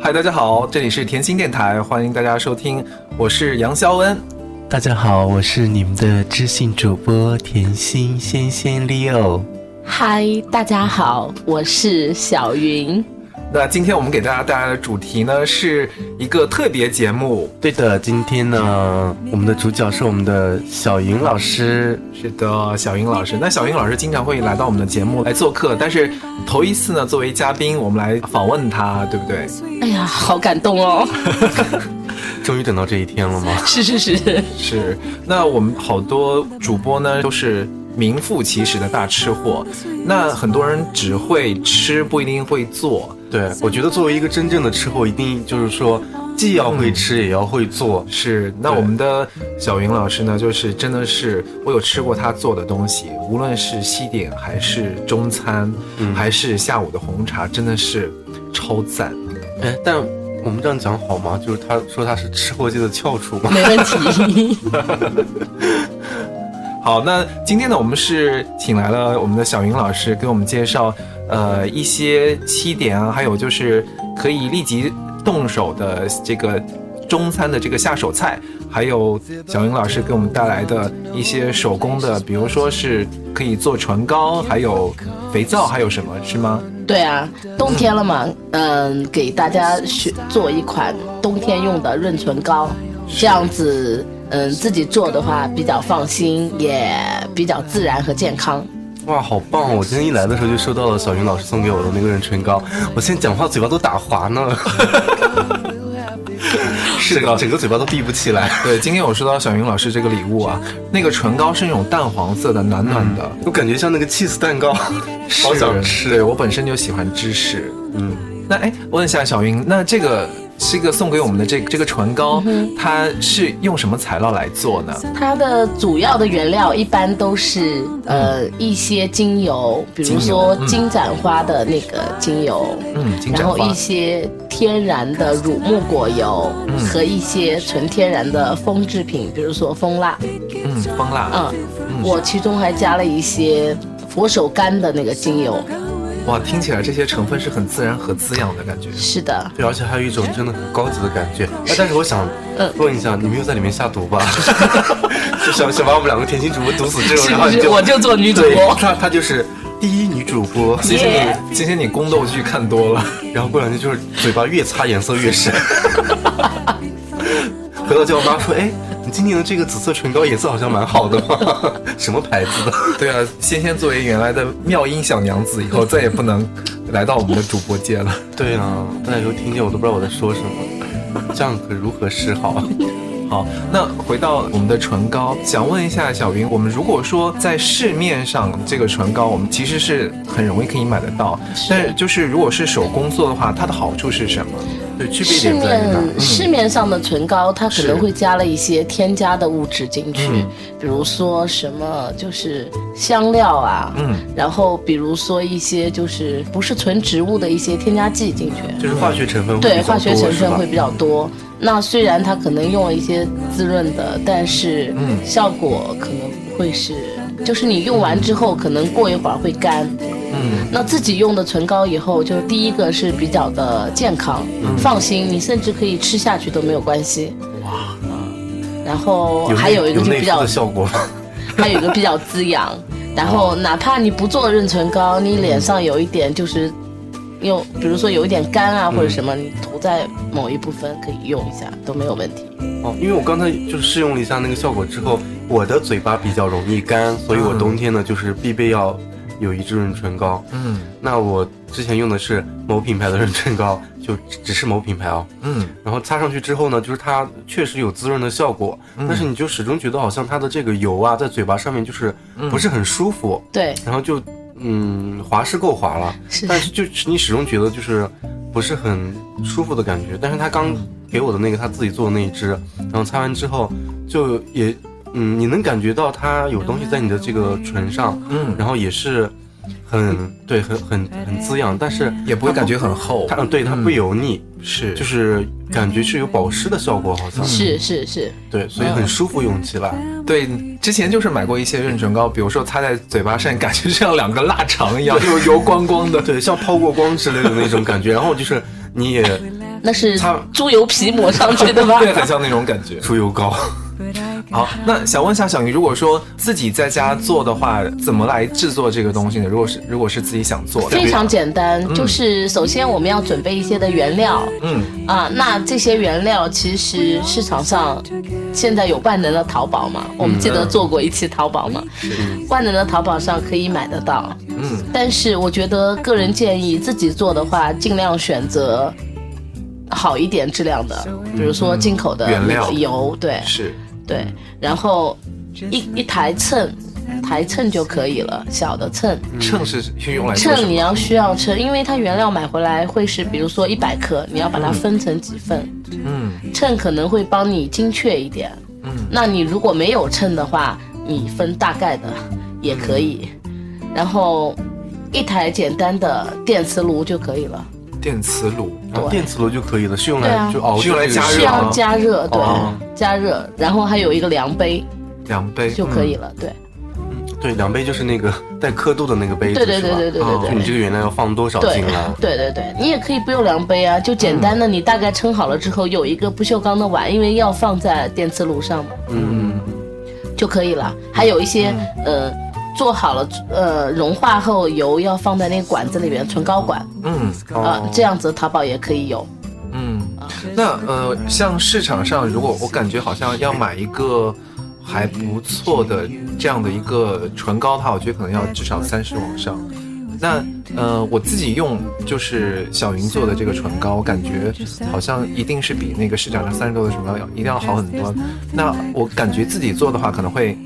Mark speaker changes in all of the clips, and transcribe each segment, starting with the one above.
Speaker 1: 嗨，大家好，这里是甜心电台，欢迎大家收听，我是杨肖恩。
Speaker 2: 大家好，我是你们的知性主播甜心仙仙 Leo。
Speaker 3: 嗨，大家好，我是小云。
Speaker 1: 那今天我们给大家带来的主题呢，是一个特别节目。
Speaker 2: 对的，今天呢，我们的主角是我们的小云老师。
Speaker 1: 是的，小云老师。那小云老师经常会来到我们的节目来做客，但是头一次呢，作为嘉宾，我们来访问他，对不对？
Speaker 3: 哎呀，好感动哦！
Speaker 2: 终于等到这一天了吗？
Speaker 3: 是是是，
Speaker 1: 是。那我们好多主播呢，都是名副其实的大吃货。那很多人只会吃，不一定会做。
Speaker 2: 对，我觉得作为一个真正的吃货，一定就是说，既要会吃，也要会做。
Speaker 1: 是，那
Speaker 2: 对
Speaker 1: 我们的小云老师呢，就是真的是我有吃过他做的东西，无论是西点还是中餐，还是下午的红茶，真的是超赞。
Speaker 2: 哎，但我们这样讲好吗？就是他说他是吃货界的翘楚嘛。
Speaker 3: 没问题。
Speaker 1: 好，那今天呢，我们是请来了我们的小云老师给我们介绍，呃，一些西点啊，还有就是可以立即动手的这个中餐的这个下手菜，还有小云老师给我们带来的一些手工的，比如说是可以做唇膏，还有肥皂，还有什么是吗？
Speaker 3: 对啊，冬天了嘛，嗯，给大家选做一款冬天用的润唇膏，这样子，嗯，自己做的话比较放心，也比较自然和健康。
Speaker 2: 哇，好棒哦！我今天一来的时候就收到了小云老师送给我的那个润唇膏，我现在讲话嘴巴都打滑 呢。是的，整个嘴巴都闭不起来。
Speaker 1: 对，今天我收到小云老师这个礼物啊，那个唇膏是那种淡黄色的，暖暖的，
Speaker 2: 我感觉像那个 cheese 蛋糕，好
Speaker 1: 是
Speaker 2: 想
Speaker 1: 对
Speaker 2: 吃。
Speaker 1: 我本身就喜欢芝士。
Speaker 2: 嗯，
Speaker 1: 那哎，问一下小云，那这个是一个送给我们的这个、这个唇膏，
Speaker 2: 嗯
Speaker 1: 它是用什么材料来做呢？
Speaker 3: 它的主要的原料一般都是呃一些精油，比
Speaker 1: 嗯
Speaker 3: 如
Speaker 1: 精油
Speaker 3: 说
Speaker 1: 嗯
Speaker 3: 金盏花的那个精油，
Speaker 1: 嗯金盏
Speaker 3: 然
Speaker 1: 花
Speaker 3: 后一些天然的乳木果油、
Speaker 1: 嗯
Speaker 3: 和一些纯天然的风制品，比如说蜂蜡，
Speaker 1: 嗯，蜂蜡。
Speaker 3: 嗯，我其中还加了一些佛手柑的那个精油，
Speaker 2: 嗯
Speaker 1: 哇，听起来这些成分是很自然和滋养的感 觉。
Speaker 3: 是的，
Speaker 2: 对，而且还有一种真的很高级的感觉。哎，但是我想
Speaker 3: 嗯
Speaker 2: 问一下，你没有在里面下 毒吧？就想想把我们两个甜心主播毒死之后，
Speaker 3: 是
Speaker 2: 然
Speaker 3: 不
Speaker 2: 后你
Speaker 3: 是？
Speaker 2: 就
Speaker 3: 我就做女主
Speaker 2: 对
Speaker 3: 播，
Speaker 2: 她她就是第一女主播。
Speaker 1: 今天
Speaker 3: 耶
Speaker 1: 你今天你宫斗剧看多了，
Speaker 2: 然后过两天就是嘴巴越擦颜色越 深。回到家，我妈说：“哎，你今年的这个紫色唇膏颜色好像蛮好的嘛， 什么牌子的
Speaker 1: 对啊，仙仙作为原来的妙音小娘子，以后再也不能来到我们的主播界了。？”
Speaker 2: 对啊，大家以后听见我都不知道我在说什 么，这样可如何是好？
Speaker 1: 好，哦那回到我们的唇膏，想问一下小云，我们如果说在市面上这个唇膏，我们其实是很容易可以买得到，
Speaker 3: 是
Speaker 1: 但是就是如果是手工做的话，它的好处是什么？
Speaker 2: 对，区别
Speaker 3: 市
Speaker 2: 点在于哪？
Speaker 1: 嗯
Speaker 2: 嗯
Speaker 3: 面市面上的唇膏，它可
Speaker 1: 是
Speaker 3: 能会加了一些添加的物质进去，比如说什么就是香料啊，
Speaker 1: 嗯，
Speaker 3: 然后比如说一些就是不是纯植物的一些添加剂进去，
Speaker 2: 就是化学成分会比
Speaker 3: 对，
Speaker 2: 较
Speaker 3: 化学
Speaker 2: 多
Speaker 3: 成
Speaker 2: 是
Speaker 3: 分
Speaker 2: 吧
Speaker 3: 会比较多。那虽然它可能用了一些滋润的，但是
Speaker 2: 嗯
Speaker 3: 效果可能不会是，就是你用完之后，可能过一会儿会干，
Speaker 1: 嗯，
Speaker 3: 那自己用的唇膏以后，就是第一个是比较的健康，
Speaker 2: 嗯
Speaker 3: 放心，你甚至可以吃下去都没有关系。哇，然后
Speaker 2: 有内
Speaker 3: 还有一个
Speaker 2: 有
Speaker 3: 就
Speaker 2: 内
Speaker 3: 比
Speaker 2: 服
Speaker 3: 较
Speaker 2: 的，效果吗？
Speaker 3: 还有一个比较滋
Speaker 1: 哦
Speaker 3: 养。然后哪怕你不做润唇膏，你脸上有一点就是用，比如说有一点干啊或者什么，你涂在某一部分可以用一下都没有问题。
Speaker 2: 哦，因为我刚才就是试用了一下那个效果之后，我的嘴巴比较容易干，所以我冬天呢就是必备要有一支润唇膏。
Speaker 1: 嗯
Speaker 2: 那我之前用的是某品牌的润唇膏，就只只是某品牌哦。
Speaker 1: 嗯，
Speaker 2: 然后擦上去之后呢，就是它确实有滋润的效果，但是你就始终觉得好像它的这个油啊，在嘴巴上面就是不是很舒服，
Speaker 3: 对，
Speaker 2: 然后就嗯滑是够滑了，
Speaker 3: 是
Speaker 2: 但是就是你始终觉得就是不是很舒服的感觉。但是他刚给我的那个他自己做的那一支，然后擦完之后就也嗯，你能感觉到它有东西在你的这个唇上，
Speaker 1: 嗯
Speaker 2: 然后也是很对很很很滋养，但是
Speaker 1: 也不会感觉很厚，
Speaker 2: 它嗯对它不油腻，
Speaker 1: 是
Speaker 2: 就是是感觉是有保湿的效果，好像
Speaker 1: 嗯
Speaker 3: 是嗯是是，
Speaker 2: 对，所以很舒服用起来。
Speaker 1: 对。嗯之前就是买过一些润唇膏，比如说擦在嘴巴上，感觉像两个腊肠一样，就是油光光的。
Speaker 2: 对，像抛过光之类的那种感觉。然后就是你也
Speaker 3: 那是
Speaker 1: 它
Speaker 3: 猪油皮抹上去的吧？
Speaker 1: 对，很像那种感觉。
Speaker 2: 猪油膏。
Speaker 1: 好，
Speaker 3: 嗯
Speaker 1: 那想问一下小鱼，如果说自己在家做的话，怎么来制作这个东西呢？如果是如果是自己想做的，
Speaker 3: 非常简单，就是首先我们要准备一些的原料，
Speaker 1: 嗯，
Speaker 3: 啊，那这些原料其实市场上现在有万能的淘宝嘛，我们记得做过一期淘宝嘛，万能的淘宝上可以买得到，
Speaker 1: 嗯，
Speaker 3: 但是我觉得个人建议自己做的话，尽量选择好一点质量的，比如说进口的
Speaker 1: 嗯原料
Speaker 3: 那个油，对
Speaker 1: 是
Speaker 3: 对，然后一一台秤，台秤就可以了，小的秤，
Speaker 1: 秤是是用来做什
Speaker 3: 秤你
Speaker 1: 么？
Speaker 3: 要需要称，因为它原料买回来会是，比如说一百克，你要把它分成几份，
Speaker 1: 嗯
Speaker 3: 秤可能会帮你精确一点。
Speaker 1: 嗯，
Speaker 3: 那你如果没有秤的话，你分大概的也可以。
Speaker 1: 嗯
Speaker 3: 然后一台简单的电磁炉就可以了，
Speaker 1: 电磁炉，
Speaker 2: 啊电磁炉就可以了，是用
Speaker 3: 对
Speaker 2: 来
Speaker 3: 啊
Speaker 2: 就熬
Speaker 1: 是用来
Speaker 2: 制这个
Speaker 1: 加
Speaker 2: 食
Speaker 1: 热
Speaker 3: 是
Speaker 1: 吗
Speaker 2: 物
Speaker 3: 要
Speaker 2: 吗
Speaker 3: 加热，对，
Speaker 2: 哦
Speaker 3: 加热。然后还有一个量杯
Speaker 1: 两杯
Speaker 3: 就可以
Speaker 1: 嗯
Speaker 3: 了，对，
Speaker 2: 对，两杯就是那个带刻度的那个杯子，
Speaker 3: 对对
Speaker 2: 是
Speaker 3: 对
Speaker 2: 吧
Speaker 3: 对对
Speaker 1: 哦
Speaker 3: 对
Speaker 2: 就你
Speaker 3: 对。
Speaker 2: 这个原料要放多少
Speaker 3: 对
Speaker 2: 进
Speaker 1: 啊
Speaker 2: 来？
Speaker 3: 对对对，你也可以不用量杯啊，就简单的，你大概称好了之后，有一个不锈钢的碗，因为要放在电磁炉上嘛。
Speaker 2: 嗯，
Speaker 3: 就可以了。还有一些、
Speaker 1: 嗯
Speaker 3: 呃，做好了呃融化后油要放在那个管子里面，唇膏管
Speaker 1: 嗯
Speaker 3: 啊、
Speaker 2: 哦
Speaker 3: 这样子淘宝也可以有。
Speaker 1: 嗯，
Speaker 3: 啊
Speaker 1: 那呃，像市场上，如果我感觉好像要买一个还不错的这样的一个唇膏的话，我觉得可能要至少三十往上。那呃，我自己用就是小云做的这个唇膏，我感觉好像一定是比那个市场上三十多的唇膏要一定要好很多。那我感觉自己做的话，可能会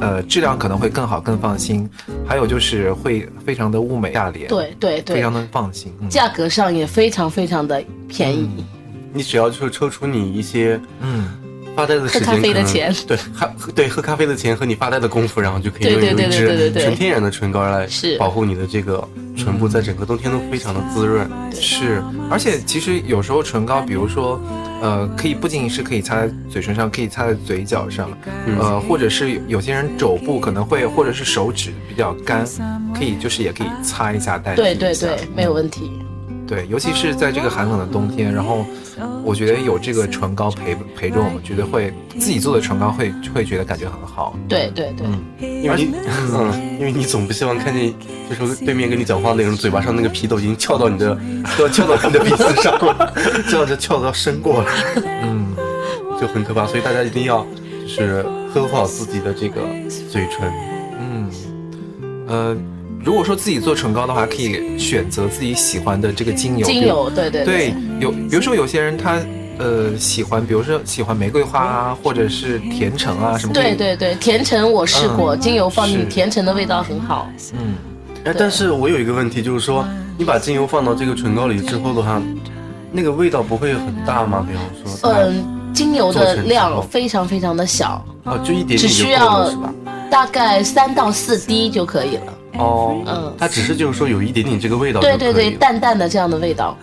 Speaker 1: 呃质量可能会更好，更放心。还有就是会非常的物美价廉，，
Speaker 3: 对对
Speaker 1: 非
Speaker 3: 对
Speaker 1: 常，的放心。嗯
Speaker 3: 价格上也非常非常的便宜。
Speaker 2: 你只要就是抽出你一些
Speaker 1: 嗯。
Speaker 2: 发呆的时间，
Speaker 3: 喝咖啡的钱
Speaker 2: 可能对，喝对喝咖啡的钱和你发呆的功夫，然后就可以
Speaker 3: 对
Speaker 2: 用
Speaker 3: 对
Speaker 2: 一
Speaker 3: 对对对
Speaker 2: 支
Speaker 3: 对对
Speaker 2: 纯天然的唇膏来
Speaker 3: 是
Speaker 2: 保护你的这个唇部，在整个冬天都非常的滋润。
Speaker 1: 是，而且其实有时候唇膏，比如说，呃，可以不仅仅是可以擦在嘴唇上，可以擦在嘴角上，呃，或者是有些人肘部可能会，或者是手指比较干，可以就是也可以擦一下代替
Speaker 3: 对对
Speaker 1: 一下
Speaker 3: 对，没有问题。
Speaker 1: 对，尤其是在这个寒冷的冬天，然后我觉得有这个唇膏陪陪着我们，觉得会自己做的唇膏会会觉得感觉很好。
Speaker 3: 对对对，
Speaker 2: 因为你，嗯嗯，因为你总不希望看见，就是对面跟你讲话那个人嘴巴上那个皮都已经翘到你的，都要翘到你的鼻子上了， 这样就翘到伸过了，
Speaker 1: 嗯，
Speaker 2: 就很可怕。所以大家一定要就是呵护好自己的这个嘴唇。
Speaker 1: 嗯，呃，如果说自己做唇膏的话，可以选择自己喜欢的这个精油，
Speaker 3: 精
Speaker 1: 比如
Speaker 3: 油对对
Speaker 1: 对，有比如说有些人他呃喜欢，比如说喜欢玫瑰花啊，或者是甜橙啊什么。
Speaker 3: 对，对对，甜橙我试过，精油放进
Speaker 1: 嗯是
Speaker 3: 去，甜橙的味道很好。
Speaker 1: 嗯，
Speaker 2: 哎，但是我有一个问题，就是说你把精油放到这个唇膏里之后的话，那个味道不会很大吗？比方说，哎，
Speaker 3: 嗯，精油
Speaker 2: 做成之
Speaker 3: 的
Speaker 2: 后
Speaker 3: 量非常非常的小，
Speaker 2: 哦，就一点点就
Speaker 3: 只需
Speaker 2: 够了，
Speaker 3: 要
Speaker 2: 是吧？
Speaker 3: 大概三到四滴就可以了。
Speaker 2: 哦，
Speaker 3: 嗯
Speaker 2: 它只是就是说有一点点这个味道哦就可
Speaker 3: 对
Speaker 2: 以
Speaker 3: 对对，
Speaker 2: 了
Speaker 3: 淡淡的这样的味道，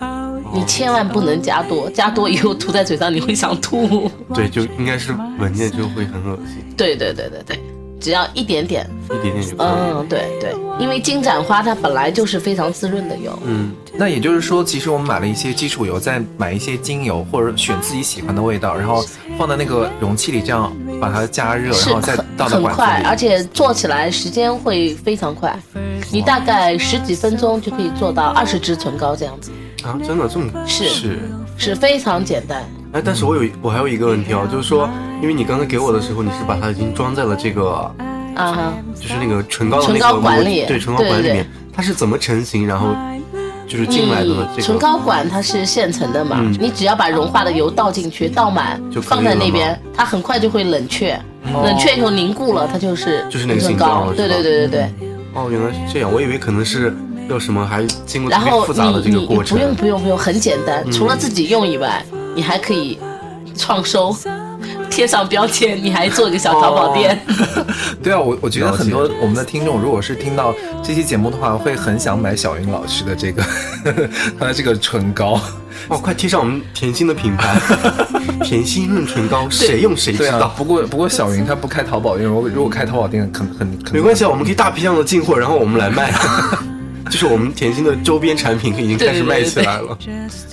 Speaker 3: 你千万不能加多，加多以后涂在嘴上你会想吐。
Speaker 2: 对，就应该是闻见就会很恶心，
Speaker 3: 对对对对对，只要一点点，
Speaker 2: 一点点就可以了。
Speaker 3: 嗯，对对，因为金盏花它本来就是非常滋润的油，
Speaker 2: 嗯，
Speaker 1: 那也就是说，其实我们买了一些基础油，再买一些精油，或者选自己喜欢的味道，然后放到那个容器里，这样把它加热，然
Speaker 3: 是
Speaker 1: 后再
Speaker 3: 很
Speaker 1: 倒到
Speaker 3: 很
Speaker 1: 管
Speaker 3: 快，
Speaker 1: 子
Speaker 3: 而
Speaker 1: 里。
Speaker 3: 且做起来时间会非常快，你大概十几分钟就可以做到二十支唇膏这样子，
Speaker 2: 啊，真的这么
Speaker 3: 是
Speaker 1: 是，
Speaker 3: 是非常简单。
Speaker 2: 哎，但是我有我还有一个问题啊，就是说，因为你刚才给我的时候，你是把它已经装在了这个
Speaker 3: 啊哈，
Speaker 2: 就是那个唇膏的那
Speaker 3: 唇
Speaker 2: 个
Speaker 3: 膏管
Speaker 2: 膜
Speaker 3: 里
Speaker 2: 对唇膏管里
Speaker 3: 对对
Speaker 2: 面，它是怎么成型，然后就是进来的呢？这个
Speaker 3: 你嗯
Speaker 2: 嗯
Speaker 3: 唇膏管它是现成的嘛，你只要把融化的油倒进去，倒满
Speaker 2: 就可以了哦
Speaker 3: 放在那边，它很快就会冷却，冷却以后凝固了，它就是
Speaker 2: 就是那个
Speaker 3: 唇
Speaker 2: 形状
Speaker 3: 膏
Speaker 2: 了。
Speaker 3: 对
Speaker 2: 是吧
Speaker 3: 对对对对。
Speaker 2: 哦，原来是这样，我以为可能是要什么，还经过
Speaker 3: 然
Speaker 2: 特别
Speaker 3: 后
Speaker 2: 复杂的这
Speaker 3: 你
Speaker 2: 个
Speaker 3: 你
Speaker 2: 过程嗯
Speaker 3: 不。用不用不用，很简单，除了自己用以外，你还可以创收，贴上标签，你还做一个小淘宝店。
Speaker 2: 哦
Speaker 1: 对啊，我我觉得
Speaker 2: 了解
Speaker 1: 很多我们的听众，如果是听到这期节目的话，会很想买小云老师的这个 他的这个唇膏。
Speaker 2: 哦，快贴上我们甜心的品 牌，甜心润唇膏，谁用谁
Speaker 1: 对
Speaker 2: 知
Speaker 1: 啊
Speaker 2: 道，。
Speaker 1: 不过不过小云她不开淘宝店，如果如果开淘宝店，很很
Speaker 2: 没关系啊，我们可以大批量的进货，然后我们来卖。 就是我们甜心的周边产品已经开始卖起来了。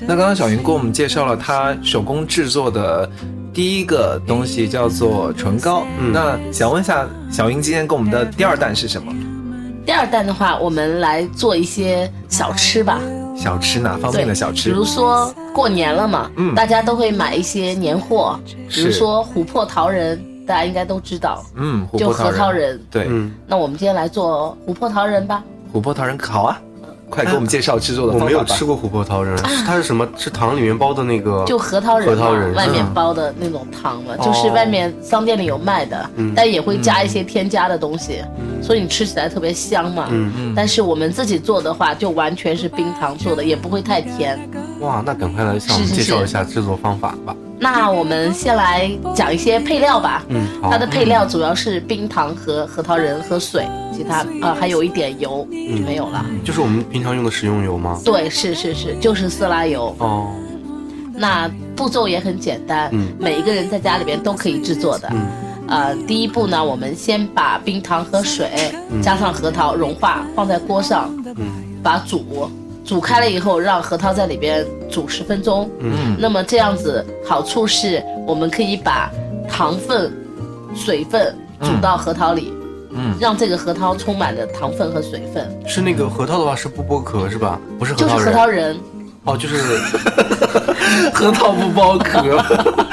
Speaker 1: 那刚刚小云给我们介绍了她手工制作的第一个东西叫做唇膏，
Speaker 2: 嗯
Speaker 1: 那想问一下，小云今天给我们的第二弹是什么？
Speaker 3: 第二弹的话，我们来做一些小吃吧，
Speaker 1: 小吃哪方面的小吃
Speaker 3: 比？如说过年了嘛，
Speaker 1: 嗯
Speaker 3: 大家都会买一些年货，比
Speaker 1: 是
Speaker 3: 如说琥珀桃仁，大家应该都知道，
Speaker 1: 嗯，琥
Speaker 3: 就
Speaker 1: 珀
Speaker 3: 核桃
Speaker 1: 仁。
Speaker 3: 仁。
Speaker 1: 对，
Speaker 2: 嗯，
Speaker 3: 那我们今天来做琥珀桃仁吧，
Speaker 1: 琥珀桃仁好啊，快给我们介绍制作的
Speaker 2: 我
Speaker 1: 方法
Speaker 2: 没
Speaker 1: 吧。
Speaker 2: 有吃过琥珀桃仁，是它是什么？是糖里面包的那个？
Speaker 3: 啊就核桃仁嘛，
Speaker 2: 核桃仁
Speaker 3: 外面
Speaker 2: 嗯
Speaker 3: 包的那种糖嘛，
Speaker 1: 哦
Speaker 3: 就是外面商店里有卖的，
Speaker 2: 嗯
Speaker 3: 但也会加一些添加的东西，所以你吃起来特别香嘛。
Speaker 2: 嗯
Speaker 1: 嗯
Speaker 3: 但是我们自己做的话，就完全是冰糖做的，也不会太甜。
Speaker 2: 哇，那赶快来向我们
Speaker 3: 是是
Speaker 2: 介绍
Speaker 3: 是
Speaker 2: 一下制作方法吧。
Speaker 3: 那我们先来讲一些配料吧。
Speaker 2: 嗯，好
Speaker 3: 它，的配料主要是冰糖和核桃仁和水，其他呃还有一点油、
Speaker 2: 嗯
Speaker 3: 没有了。
Speaker 2: 就是我们平常用的食用油吗？
Speaker 3: 对，是是是，就是色拉油。
Speaker 2: 哦，
Speaker 3: 那步骤也很简单，
Speaker 2: 嗯
Speaker 3: 每一个人在家里边都可以制作的。
Speaker 2: 嗯
Speaker 3: 呃，第一步呢，我们先把冰糖和水、加上核桃融化，放在锅上，
Speaker 2: 嗯
Speaker 3: 把煮，煮开了以后，让核桃在里边煮十分钟。
Speaker 2: 嗯
Speaker 3: 那么这样子好处是，我们可以把糖分、水分煮到核桃里，
Speaker 1: 嗯
Speaker 3: 让这个核桃充满了糖分和水分，
Speaker 2: 是那个核桃的话是不剥壳是吧？不是核
Speaker 3: 就
Speaker 2: 桃
Speaker 3: 是核
Speaker 2: 仁
Speaker 3: 桃仁。
Speaker 2: 哦，就是
Speaker 1: 核桃不剥 壳，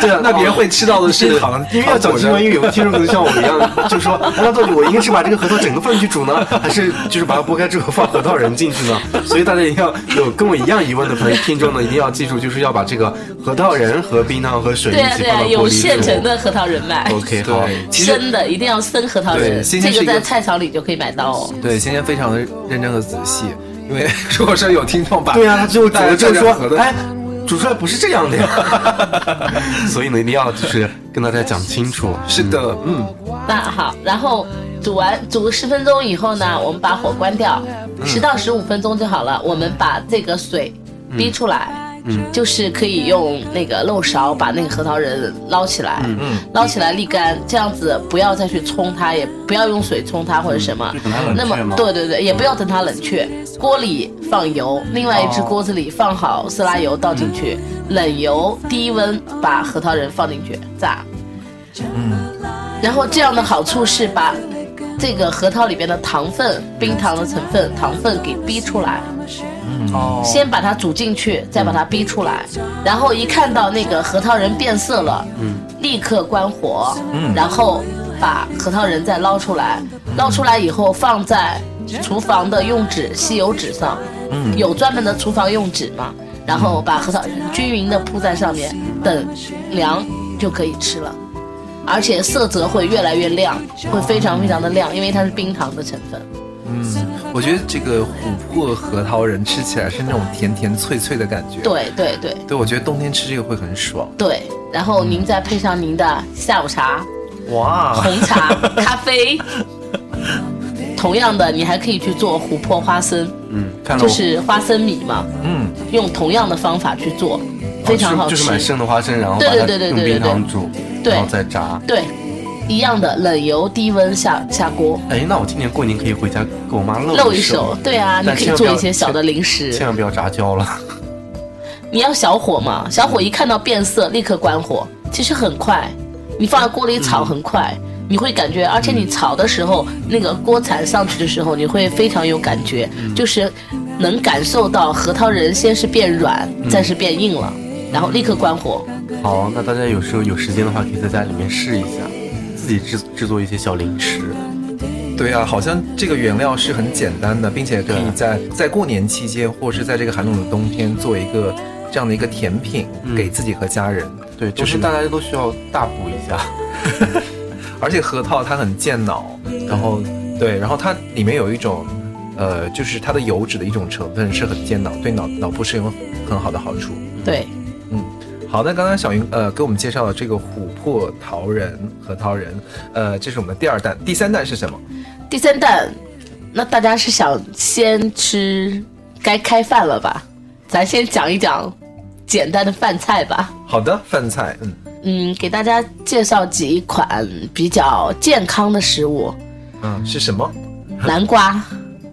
Speaker 1: 对啊，那别人会吃到的是糖，
Speaker 2: 哦因为要讲新闻，因为有个听众可能像我一样， 就说哎那到底我应该是把这个核桃整个放进去煮呢，还是就是把它剥开之后放核桃仁进去呢？所以大家一定要有跟我一样疑问的朋友听众呢，一定要记住，就是要把这个核桃仁和冰糖和水一
Speaker 3: 对啊
Speaker 2: 起
Speaker 3: 对
Speaker 2: 放
Speaker 3: 啊，
Speaker 2: 到
Speaker 3: 有
Speaker 2: 锅里
Speaker 3: 现成
Speaker 2: 煮。
Speaker 3: 的核桃仁卖。
Speaker 2: OK，好，
Speaker 1: 对，其实
Speaker 3: 生的一定要生核桃仁，
Speaker 1: 对新
Speaker 3: 这
Speaker 1: 鲜是
Speaker 3: 个
Speaker 1: 一个
Speaker 3: 在菜场里就可以买到哦。
Speaker 1: 对，今天非常的认真和仔细，因为 如果说有听众把
Speaker 2: 对呀、啊，他最后煮了之后
Speaker 1: 大家大家
Speaker 2: 说，哎，煮出来不是这样的呀。 所以呢，一定要就是跟大家讲清楚。
Speaker 1: 是的，嗯，
Speaker 3: 那好，然后煮完煮十分钟以后呢，我们把火关掉，十到十五分钟就好了。我们把这个水逼出来，
Speaker 2: 嗯
Speaker 3: 就是可以用那个漏勺把那个核桃仁捞起来，
Speaker 1: 嗯
Speaker 3: 捞起来沥干，这样子不要再去冲它，也不要用水冲它或者什么。
Speaker 2: 就等它冷
Speaker 3: 那
Speaker 2: 却吗
Speaker 3: 么对对对，也不要等它冷却，锅里放油，另外一只
Speaker 1: 哦
Speaker 3: 锅子里放好色拉油倒进去，冷油低温把核桃仁放进去炸。然后这样的好处是把这个核桃里边的糖分、冰糖的成分、糖分给逼出来，
Speaker 2: 哦
Speaker 3: 先把它煮进去，再把它逼出来。然后一看到那个核桃仁变色了，立刻关火，然后把核桃仁再捞出来，捞出来以后放在厨房的用纸吸油纸上，有专门的厨房用纸嘛，然后把核桃仁均匀的铺在上面，等凉就可以吃了。而且色泽会越来越亮，会非常非常的亮，因为它是冰糖的成分。
Speaker 1: 我觉得这个琥珀核桃仁吃起来是那种甜甜脆脆的感觉，
Speaker 3: 对对对
Speaker 1: 对，我觉得冬天吃这个会很爽，
Speaker 3: 对，然后您再配上您的下午茶、
Speaker 1: 哇，
Speaker 3: 红茶、 咖啡。同样的，你还可以去做琥珀花生，
Speaker 2: 嗯，看了
Speaker 3: 就
Speaker 2: 我
Speaker 3: 是花生米嘛，
Speaker 1: 嗯，
Speaker 3: 用同样的方法去做，非常好
Speaker 2: 就
Speaker 3: 吃。
Speaker 2: 哦是买生的花生，然后
Speaker 3: 对
Speaker 2: 把
Speaker 3: 对
Speaker 2: 它
Speaker 3: 对对
Speaker 2: 用
Speaker 3: 对
Speaker 2: 冰
Speaker 3: 对
Speaker 2: 糖煮，
Speaker 3: 对
Speaker 2: 然后再炸。
Speaker 3: 对，一样的冷油低温下下锅，
Speaker 2: 哎，那我今年过年可以回家给我妈
Speaker 3: 露
Speaker 2: 露
Speaker 3: 一手。对啊，你
Speaker 2: 但
Speaker 3: 可以
Speaker 2: 千万不
Speaker 3: 做
Speaker 2: 要
Speaker 3: 一些小的零
Speaker 2: 千
Speaker 3: 食。
Speaker 2: 万不要炸焦了。
Speaker 3: 你要小火嘛，小火一看到变色，立刻关火，其实很快。你放在锅里炒很快，你会感觉，而且你炒的时候，那个锅铲上去的时候，你会非常有感觉，就是能感受到核桃仁先是变软，再是变硬了，然后立刻关火。
Speaker 2: 好，那大家有时候有时间的话，可以在家里面试一下，自己制制作一些小零食。
Speaker 1: 对啊，好像这个原料是很简单的，并且可以
Speaker 2: 对
Speaker 1: 在在过年期间，或是在这个寒冷的冬天，做一个这样的一个甜品给自己和家人。
Speaker 2: 对，就是大家都需要大补一 下。
Speaker 1: 而且核桃它很健脑，然后对，然后它里面有一种，呃，就是它的油脂的一种成分是很健脑，对脑脑部是有很好的好处。
Speaker 3: 对，
Speaker 1: 嗯，好，那刚刚小云呃给我们介绍了这个琥珀桃仁核桃仁，呃，这是我们的第二弹，第三弹是什么？
Speaker 3: 第三弹，那大家是想先吃，该开饭了吧？咱先讲一讲简单的饭菜吧。
Speaker 1: 好的，饭菜，嗯，
Speaker 3: 嗯，给大家介绍几 款比较健康的食物：
Speaker 1: 嗯，是什么？
Speaker 3: 南瓜、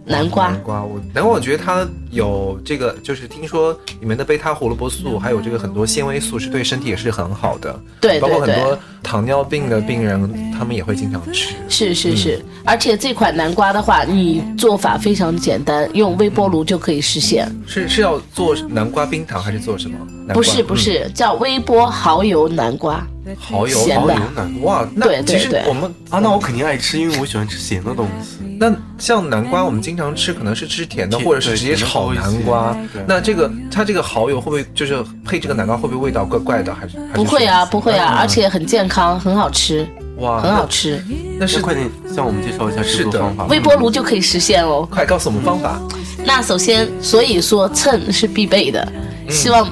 Speaker 3: 南瓜
Speaker 4: 南。瓜，我
Speaker 1: 然后我觉得它有这个，就是听说里面的贝塔胡萝卜素，还有这个很多纤维素是对身体也是很好的，
Speaker 3: 嗯对
Speaker 1: 包括
Speaker 3: 对
Speaker 1: 很
Speaker 3: 对
Speaker 1: 多糖尿病的病人，他们也会经常吃。
Speaker 3: 是是是，
Speaker 1: 嗯
Speaker 3: 而且这款南瓜的话，你做法非常简单，用微波炉就可以实现。
Speaker 1: 是是要做南瓜冰糖还是做什么？南瓜
Speaker 3: 不是不，是，叫微波蚝油南瓜。
Speaker 1: 嗯蚝油
Speaker 3: 咸
Speaker 1: 蚝
Speaker 2: 蚝
Speaker 3: 的
Speaker 1: 油
Speaker 2: 油南瓜
Speaker 1: 哇，那
Speaker 3: 对对
Speaker 1: 其实
Speaker 3: 对
Speaker 1: 我们
Speaker 2: 啊，那我肯定爱吃，因为我喜欢吃咸的东西。
Speaker 1: 那像南瓜，我们经常吃可能是吃甜的，
Speaker 2: 甜
Speaker 1: 或者是直接炒南瓜
Speaker 2: 对甜的多一些对。
Speaker 1: 那这个它这个蚝油会不会就是配这个南瓜会不会味道怪怪的？还是还是
Speaker 3: 不会啊，
Speaker 1: 说
Speaker 3: 不会啊，而且很健康，很好吃，
Speaker 1: 哇，
Speaker 3: 很好吃。
Speaker 1: 嗯那
Speaker 2: 那
Speaker 1: 是
Speaker 2: 快点向我们介绍一下制
Speaker 1: 是
Speaker 2: 作
Speaker 1: 的
Speaker 2: 方法吧。
Speaker 3: 微波炉就可以实现哦。
Speaker 1: 快告诉我们方法。
Speaker 3: 那首先，所以说秤是必备的，
Speaker 1: 嗯
Speaker 3: 希望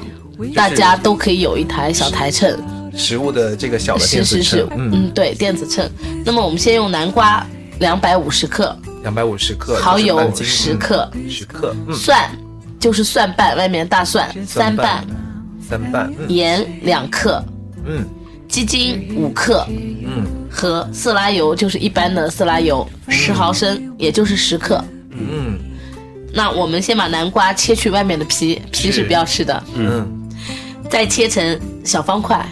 Speaker 3: 大家都可以有一台小台秤。
Speaker 1: 食物的这个小的电
Speaker 3: 是
Speaker 1: 子
Speaker 3: 是是
Speaker 1: 秤，，
Speaker 3: 嗯，对，电子秤。那么我们先用南瓜两百五十克，
Speaker 1: 两百五十克，
Speaker 3: 蚝
Speaker 1: 就是
Speaker 3: 油
Speaker 1: 半斤
Speaker 3: 十，克，
Speaker 1: 嗯十克，嗯，
Speaker 3: 蒜就是蒜瓣，外面大蒜三瓣，，
Speaker 1: 三瓣，嗯
Speaker 3: 盐两克，
Speaker 1: 嗯
Speaker 3: 鸡精五克
Speaker 1: 嗯
Speaker 3: 和色拉油，就是一般的色拉油十毫升，也就是十克。
Speaker 1: 嗯
Speaker 3: 那我们先把南瓜切去外面的皮，皮是
Speaker 1: 是
Speaker 3: 不要吃的，
Speaker 1: 嗯，
Speaker 3: 再切成小方块，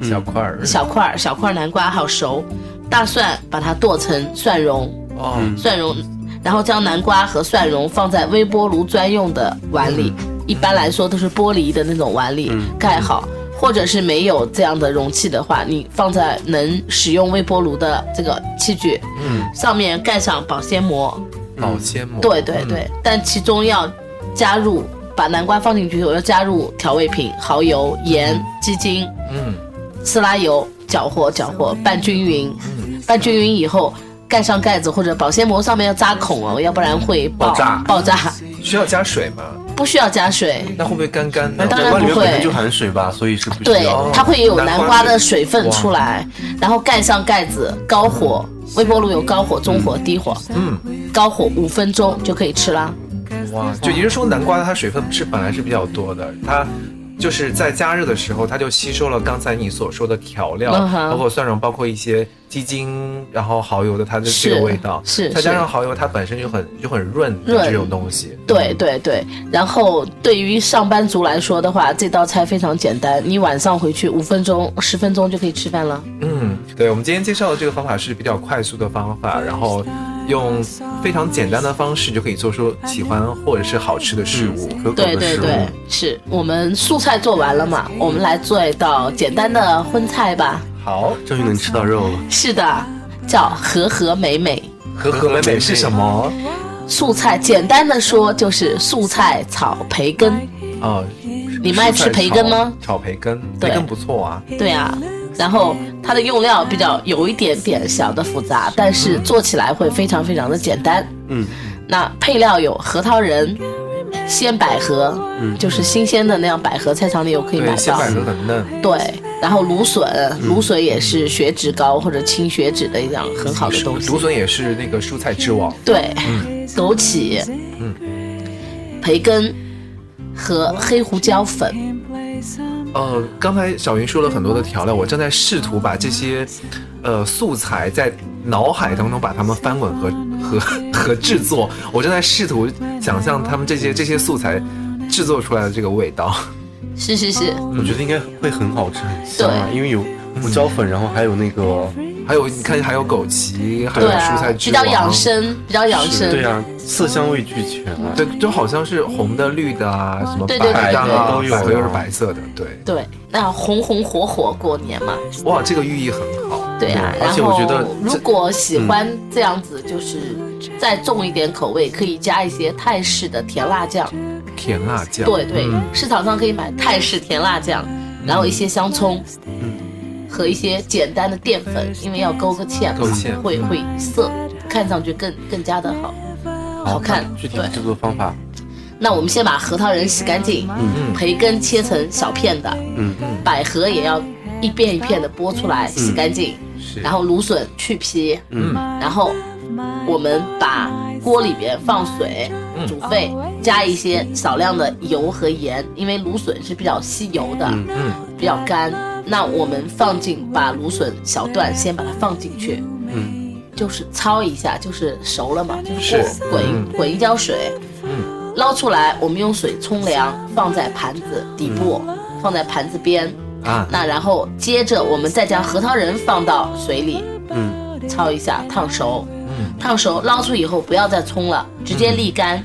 Speaker 2: 嗯
Speaker 1: 小块儿，
Speaker 3: 小块儿小块儿南瓜好熟，大蒜把它剁成蒜蓉，
Speaker 1: 哦，
Speaker 2: 嗯
Speaker 3: 蒜蓉，然后将南瓜和蒜蓉放在微波炉专用的碗里，一般来说都是玻璃的那种碗里、盖好，或者是没有这样的容器的话，你放在能使用微波炉的这个器具，嗯，上面盖上保鲜膜，
Speaker 2: 嗯
Speaker 1: 保
Speaker 3: 嗯
Speaker 1: 鲜膜，
Speaker 3: 对对对，但其中要加入把南瓜放进去，我要加入调味品，蚝油、盐、鸡精，
Speaker 1: 嗯，
Speaker 3: 色拉油，搅和搅和，拌均匀，拌均匀以后。盖上盖子或者保鲜膜上面要扎孔哦，要不然会爆
Speaker 1: 爆炸
Speaker 3: 爆炸，
Speaker 1: 嗯，需要加水吗？
Speaker 3: 不需要加水，
Speaker 1: 那会不会干干的？
Speaker 3: 当
Speaker 2: 南
Speaker 3: 然
Speaker 2: 瓜里面
Speaker 3: 不会
Speaker 2: 本身就含水吧，所以是不需
Speaker 3: 对
Speaker 2: 要。，
Speaker 3: 它会有南瓜的水分
Speaker 1: 哇
Speaker 3: 出来，然后盖上盖子，高火，微波炉有高火、中火、低火，
Speaker 1: 嗯，
Speaker 3: 高火五分钟就可以吃啦。
Speaker 1: 哇，
Speaker 3: 嗯
Speaker 1: 就也就是说，南瓜它水分是本来是比较多的，它就是在加热的时候，它就吸收了刚才你所说的调料，
Speaker 3: 嗯哼
Speaker 1: 包括蒜蓉，包括一些鸡精，然后蚝油的它的这
Speaker 3: 是
Speaker 1: 个味道，
Speaker 3: 是
Speaker 1: 再加
Speaker 3: 是
Speaker 1: 上蚝油，它本身就很就很润的
Speaker 3: 润
Speaker 1: 这种东西，
Speaker 3: 对对对，然后对于上班族来说的话，这道菜非常简单，你晚上回去五分钟、十分钟就可以吃饭了。
Speaker 1: 嗯，对，我们今天介绍的这个方法是比较快速的方法，然后用非常简单的方式就可以做出喜欢或者是好吃的食物。
Speaker 2: 可口
Speaker 3: 对
Speaker 2: 的
Speaker 3: 对
Speaker 2: 食物。
Speaker 3: 对，是我们素菜做完了嘛？我们来做一道简单的荤菜吧。
Speaker 1: 好，
Speaker 2: 终于能吃到肉了。
Speaker 3: 是的，叫和和美美。
Speaker 1: 和和美美是什么？
Speaker 3: 素菜简单的说就是素菜炒培根。
Speaker 1: 哦，
Speaker 3: 你们爱吃培根吗？
Speaker 1: 炒培根，
Speaker 3: 对
Speaker 1: 培根不错啊。
Speaker 3: 对啊，然后它的用料比较有一点点小的复杂，但是做起来会非常非常的简单。
Speaker 2: 嗯，
Speaker 3: 那配料有核桃仁、鲜百合，嗯，就是新鲜的那样百合，菜场里有可以买
Speaker 1: 对，鲜
Speaker 3: 到。
Speaker 1: 百合很嫩。
Speaker 3: 对，然后芦笋，芦笋也是
Speaker 2: 嗯
Speaker 3: 血脂高或者清血脂的一样很好的东西。
Speaker 1: 芦笋也是那个蔬菜之王。
Speaker 3: 对，
Speaker 2: 嗯
Speaker 3: 枸杞，培根和黑胡椒粉。
Speaker 1: 呃，刚才小云说了很多的调料，我正在试图把这些，呃，素材在脑海当中把它们翻滚和和和制作。我正在试图想象他们这些这些素材制作出来的这个味道。
Speaker 3: 是是是，
Speaker 2: 我觉得应该会很好吃，很香啊，
Speaker 3: 嗯对
Speaker 2: 因为有胡椒粉，然后还有那个，
Speaker 1: 还有你看，还有枸杞，还有
Speaker 3: 对
Speaker 1: 蔬
Speaker 3: 啊
Speaker 1: 菜，之
Speaker 3: 比
Speaker 1: 王。
Speaker 3: 较养生，比较养生。
Speaker 2: 哦对啊，色香味俱全啊。
Speaker 1: 对，就好像是红的、绿的啊，什么
Speaker 3: 对对对
Speaker 1: 白的
Speaker 3: 对对
Speaker 1: 啊，
Speaker 2: 对对对
Speaker 1: 百合又是白色的，对。
Speaker 3: 对，那红红火火过年嘛，
Speaker 1: 哇，这个寓意很好。
Speaker 3: 对啊。
Speaker 2: 对
Speaker 3: 然
Speaker 2: 而且我觉得
Speaker 3: 后
Speaker 2: 这嗯
Speaker 3: 如果喜欢这样子，就是再重一点口味，可以加一些泰式的甜辣酱。
Speaker 1: 甜辣酱。
Speaker 3: 对对
Speaker 1: 嗯，
Speaker 3: 市场上可以买泰式甜辣酱，然后一些香葱，和一些简单的淀粉，因为要勾个芡嘛
Speaker 1: 勾芡
Speaker 3: 会会涩，看上去更更加的好嗯好看。
Speaker 2: 具体
Speaker 3: 对
Speaker 2: 的，制作方法，
Speaker 3: 那我们先把核桃仁洗干净，
Speaker 1: 嗯
Speaker 3: 培根切成小片的，
Speaker 2: 嗯，
Speaker 3: 百合也要一片一片的剥出来，洗干净，
Speaker 1: 是
Speaker 3: 然后芦笋去皮，
Speaker 2: 嗯
Speaker 3: 然后我们把锅里边放水
Speaker 1: 嗯
Speaker 3: 煮沸，加一些少量的油和盐，因为芦笋是比较吸油的，
Speaker 2: 嗯
Speaker 1: 嗯
Speaker 3: 比较干。那我们放进把芦笋小段先把它放进去，
Speaker 2: 嗯，
Speaker 3: 就是焯一下，就是熟了嘛，就是
Speaker 1: 是
Speaker 3: 过滚
Speaker 1: 嗯
Speaker 3: 滚一浇水，捞出来，我们用水冲凉，放在盘子底部，
Speaker 1: 嗯
Speaker 3: 放在盘子边，
Speaker 1: 啊，
Speaker 3: 那然后接着我们再将核桃仁放到水里
Speaker 2: 嗯，
Speaker 3: 焯一下，烫熟，
Speaker 1: 嗯
Speaker 3: 烫熟捞出以后不要再冲了，直接沥干。
Speaker 1: 嗯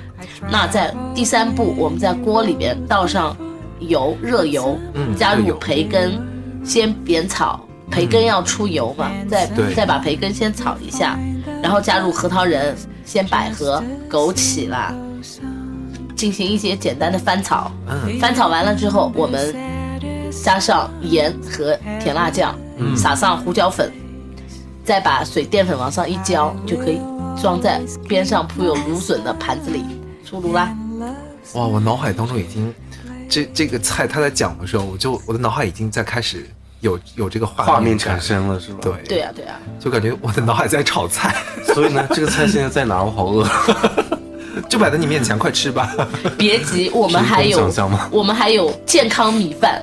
Speaker 3: 那在第三步，我们在锅里边倒上油，热油，
Speaker 1: 嗯
Speaker 3: 加
Speaker 1: 热
Speaker 3: 入
Speaker 1: 油
Speaker 3: 培根，先煸炒，培根要出油嘛，再
Speaker 1: 嗯对
Speaker 3: 再把培根先炒一下，然后加入核桃仁，先百合、枸杞啦，进行一些简单的翻炒。
Speaker 1: 嗯
Speaker 3: 翻炒完了之后，我们加上盐和甜辣酱，
Speaker 1: 嗯
Speaker 3: 撒上胡椒粉，再把水淀粉往上一浇，就可以装在边上铺有芦笋的盘子里出炉啦。
Speaker 1: 嗯哇，我脑海当中已经，这这个菜他在讲的时候，我就我的脑海已经在开始有有这个画
Speaker 2: 画面
Speaker 1: 感
Speaker 2: 产，生了是吧？，
Speaker 1: 对
Speaker 3: 对，呀、啊对呀、
Speaker 1: 就感觉我的脑海在炒菜，
Speaker 2: 所以呢，这个菜现在在哪？我好饿。
Speaker 1: 就摆在你面前，快吃吧。
Speaker 3: 别急，我们还
Speaker 2: 凭空
Speaker 3: 有
Speaker 2: 想象吗
Speaker 3: 我们还有健康米饭。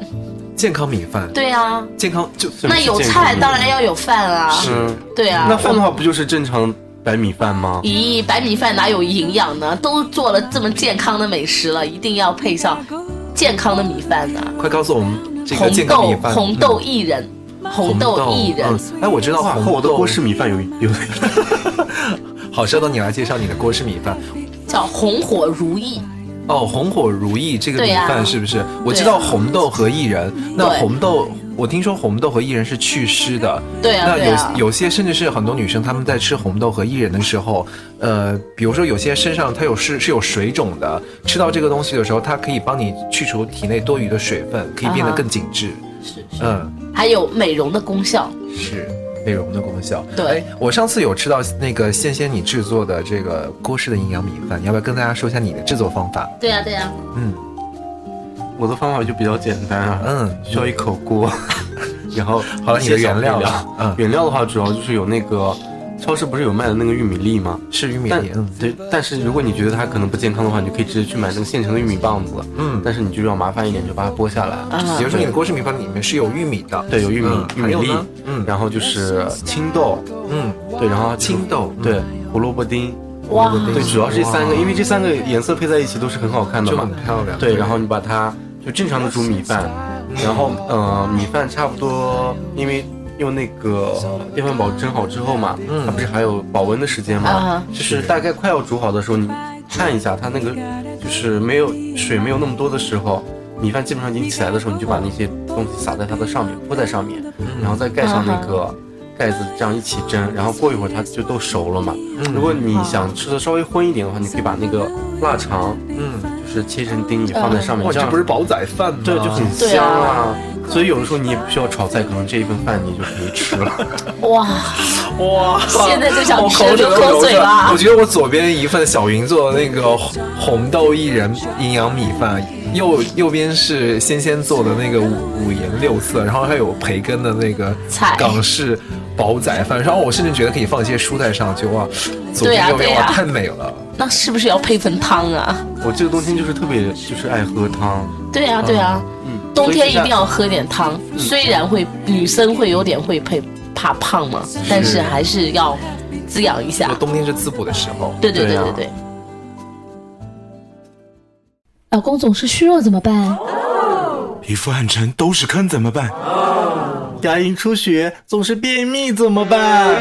Speaker 1: 健康米饭，
Speaker 3: 对啊，
Speaker 1: 健康就
Speaker 2: 这不
Speaker 3: 那
Speaker 2: 是
Speaker 3: 有
Speaker 2: 健
Speaker 3: 菜
Speaker 2: 康的
Speaker 3: 当然要有饭啊。
Speaker 2: 嗯，
Speaker 3: 对啊，
Speaker 2: 那饭的话不就是正常白米饭吗？
Speaker 3: 咦，白米饭哪有营养呢？都做了这么健康的美食了，一定要配上健康的米饭呢、
Speaker 1: 快告诉我们这个
Speaker 3: 红
Speaker 1: 健康米
Speaker 3: 豆
Speaker 1: 饭，嗯
Speaker 3: 红豆薏仁，红豆薏仁，
Speaker 1: 嗯哎，我知道
Speaker 2: 哇，
Speaker 1: 红
Speaker 2: 和
Speaker 1: 豆，
Speaker 2: 我的锅式米饭有有
Speaker 1: 好，稍等，你来介绍你的锅式米饭。
Speaker 3: 叫红火如意。
Speaker 1: 哦，红火如意这个
Speaker 3: 对
Speaker 1: 米
Speaker 3: 呀
Speaker 1: 饭是不是？我知
Speaker 3: 对呀
Speaker 1: 道红豆和薏仁，那
Speaker 3: 对
Speaker 1: 红豆，我听说红豆和薏仁是祛湿的。
Speaker 3: 对呀
Speaker 1: 那
Speaker 3: 对啊
Speaker 1: 有、
Speaker 3: 呀
Speaker 1: 有些甚至是很多女生她们在吃红豆和薏仁的时候，呃，比如说有些身上它有是是有水肿的，吃到这个东西的时候，它可以帮你去除体内多余的水分，可以变得
Speaker 3: 啊哈
Speaker 1: 更紧致。
Speaker 3: 是是，
Speaker 1: 嗯。
Speaker 3: 还有美容的功效。
Speaker 1: 是美容的功效。
Speaker 3: 对
Speaker 1: 哎，我上次有吃到那个仙仙你制作的这个郭氏的营养米饭，你要不要跟大家说一下你的制作方法？
Speaker 3: 对呀、啊对呀、
Speaker 1: 嗯，
Speaker 2: 我的方法就比较简单啊，
Speaker 1: 嗯
Speaker 2: 需要一口 锅，然后
Speaker 1: 好了你的
Speaker 2: 一些小
Speaker 1: 原料
Speaker 2: 料
Speaker 1: 了嗯
Speaker 2: 原料的话主要就是有那个超市不是有卖的那个玉米粒吗？
Speaker 1: 是玉米
Speaker 2: 但
Speaker 1: 粒。嗯，
Speaker 2: 对，但是如果你觉得它可能不健康的话，你就可以直接去买那个现成的玉米棒子，
Speaker 1: 嗯
Speaker 2: 但是你就要麻烦一点，就把它剥下来。
Speaker 3: 啊
Speaker 1: 也就是说你的郭氏米饭里面是有玉米的。
Speaker 2: 对，有玉米、
Speaker 1: 嗯
Speaker 2: 玉
Speaker 1: 还
Speaker 2: 米
Speaker 1: 有
Speaker 2: 粒
Speaker 1: 呢，嗯
Speaker 2: 然后就是青豆，
Speaker 1: 嗯，
Speaker 2: 对，然后
Speaker 1: 青豆嗯
Speaker 2: 对，胡萝卜丁，
Speaker 3: 哇，
Speaker 2: 对，主要是这三
Speaker 1: 哇
Speaker 2: 个，因为这三个颜色配在一起都是很好看的
Speaker 1: 就
Speaker 2: 嘛
Speaker 1: 很。漂亮。
Speaker 2: 对，然后你把它就正常的煮米饭，然后呃，米饭差不多，因为用那个电饭煲蒸好之后嘛，
Speaker 1: 嗯
Speaker 2: 它不是还有保温的时间
Speaker 3: 啊
Speaker 2: 嘛，就是大概快要煮好的时候，你看一下它那个就是没有水没有那么多的时候。米饭基本上已经起来的时候，你就把那些东西撒在它的
Speaker 1: 嗯
Speaker 2: 上面，铺在上面，然后再盖上那
Speaker 3: 啊
Speaker 2: 个盖子，这样一起蒸。然后过一会儿它就都熟了嘛。
Speaker 1: 嗯
Speaker 2: 如果你想吃的稍微荤一点的话，你可以把那个腊肠
Speaker 1: 嗯，
Speaker 2: 就是切成丁也放在上面，
Speaker 1: 哇，
Speaker 2: 这
Speaker 1: 这
Speaker 2: 样
Speaker 1: 不是嗯煲仔饭吗？
Speaker 2: 对就很
Speaker 3: 对
Speaker 2: 香
Speaker 3: 啊
Speaker 2: 啊。所以有的时候你也不需要炒菜，可能这一份饭你就可以吃 了。
Speaker 3: 哇，
Speaker 1: 哇，
Speaker 3: 现在就想
Speaker 1: 我
Speaker 3: 吃
Speaker 1: 口水
Speaker 3: 流
Speaker 1: 都
Speaker 3: 口
Speaker 1: 流
Speaker 3: 水
Speaker 1: 出来
Speaker 3: 了啊
Speaker 1: 我。觉得我左边一份小云做的那个红红豆薏仁营养米饭，右右边是仙仙做的那个五五颜六色，然后还有培根的那个
Speaker 3: 菜
Speaker 1: 港式煲仔饭，然后我甚至觉得可以放一些蔬菜上去，哇，左
Speaker 3: 对
Speaker 1: 边
Speaker 3: 呀
Speaker 1: 右边、
Speaker 3: 对啊
Speaker 1: 哇
Speaker 3: 呀
Speaker 1: 太美了。
Speaker 3: 那是不是要配份汤啊？
Speaker 2: 我这个冬天就是特别就是爱喝汤，
Speaker 3: 对呀、对呀、啊
Speaker 2: 嗯，
Speaker 3: 冬天一
Speaker 2: 所以
Speaker 3: 定要喝点汤，虽然会女生会有点会配怕胖嘛，但是还是要滋养一下
Speaker 1: 我。冬天是滋补的时候，
Speaker 3: 对对对
Speaker 2: 对啊
Speaker 3: 对对，
Speaker 5: 老公总是虚弱怎么办？
Speaker 6: 皮肤暗沉都是坑怎么办？
Speaker 2: 牙龈出血总是便秘怎么办？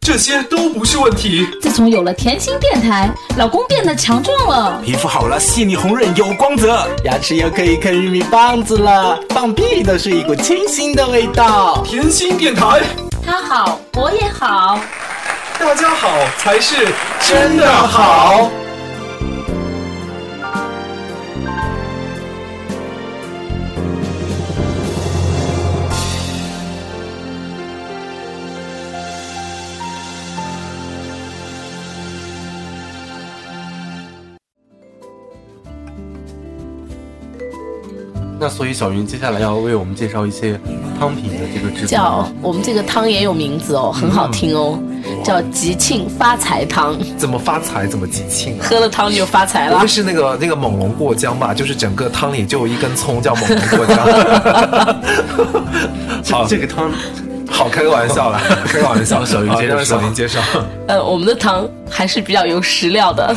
Speaker 1: 这些都不是问题。
Speaker 5: 自从有了甜心电台，老公变得强壮了。
Speaker 6: 皮肤好了，细腻红润有光泽。
Speaker 7: 牙齿又可以啃玉米棒子了，放屁都是一股清新的味道。
Speaker 1: 甜心电台，
Speaker 5: 他好，我也好。
Speaker 1: 大家好才是真的好。
Speaker 2: 那所以小云接下来要为我们介绍一些汤品的这个制作
Speaker 3: 叫
Speaker 2: 吗。
Speaker 3: 我们这个汤也有名字哦，很好听哦，叫吉庆发财汤，
Speaker 1: 怎么发财？怎么吉庆啊？
Speaker 3: 喝了汤就发财
Speaker 1: 不
Speaker 3: 了
Speaker 1: 会。是那个那个猛龙过江吧？就是整个汤里就有一根葱叫猛龙过江。好
Speaker 2: 这个汤
Speaker 1: 好好，开个玩笑啦，开个玩笑。小云介
Speaker 2: 好
Speaker 1: 让小云介绍，
Speaker 3: 呃，我们的糖还是比较有食料 的，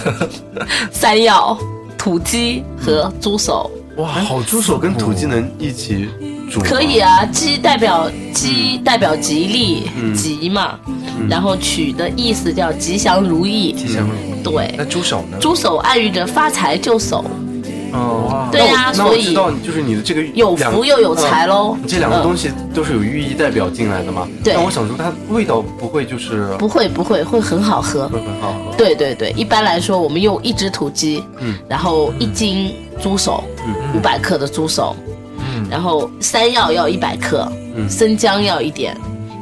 Speaker 3: 山药、土鸡和猪手。
Speaker 1: 哇，好
Speaker 2: 猪手跟土鸡能一起煮吗
Speaker 3: 可以啊，鸡代表鸡代表吉利，吉嘛，嗯然后取的意思叫吉祥如意。
Speaker 1: 吉祥如意。
Speaker 3: 对
Speaker 1: 那，猪手呢？
Speaker 3: 猪手暗喻着发财就手，
Speaker 2: 哦，
Speaker 3: 对呀
Speaker 2: 那我那
Speaker 3: 所
Speaker 2: 我
Speaker 3: 以
Speaker 2: 知道，就是你的这个
Speaker 3: 有
Speaker 2: 两
Speaker 3: 福又有财喽
Speaker 2: 嗯这两个
Speaker 3: 嗯
Speaker 2: 东西都是有寓意代表进来的嘛？
Speaker 3: 对
Speaker 2: 但我想说，它味道不会就是
Speaker 3: 不会不会会很好喝。
Speaker 2: 会很好喝。
Speaker 3: 对对对，一般来说我们用一只土鸡，
Speaker 2: 嗯
Speaker 3: 然后一斤猪手，五百、克的猪手，
Speaker 1: 嗯
Speaker 3: 然后山药要一百克，
Speaker 2: 嗯
Speaker 3: 生姜要一点，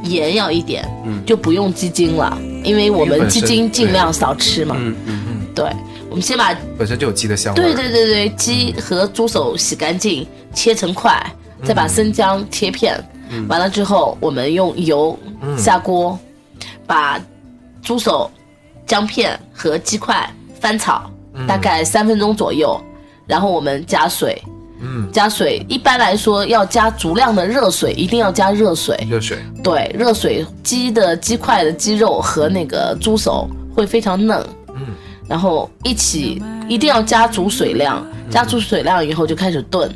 Speaker 3: 盐要一点，
Speaker 2: 嗯
Speaker 3: 就不用鸡精了，因为我
Speaker 1: 因为
Speaker 3: 们
Speaker 1: 本
Speaker 3: 鸡
Speaker 1: 身
Speaker 3: 精尽
Speaker 1: 对
Speaker 3: 量少吃嘛。
Speaker 2: 嗯嗯嗯，
Speaker 3: 对，我们先把
Speaker 1: 本身就有鸡的香味。
Speaker 3: 对对对对，鸡和猪手洗干净，切成块，
Speaker 1: 嗯
Speaker 3: 再把生姜切片，完了之后我们用油
Speaker 1: 嗯
Speaker 3: 下锅，把猪手、姜片和鸡块翻炒，大概三分钟左右，然后我们加水。
Speaker 1: 嗯，
Speaker 3: 加水一般来说要加足量的热水，一定要加热水。
Speaker 1: 热水。
Speaker 3: 对，热水鸡的鸡块的鸡肉和那个猪手会非常嫩，嗯，然后一起一定要加足水量，加足水量以后就开始炖，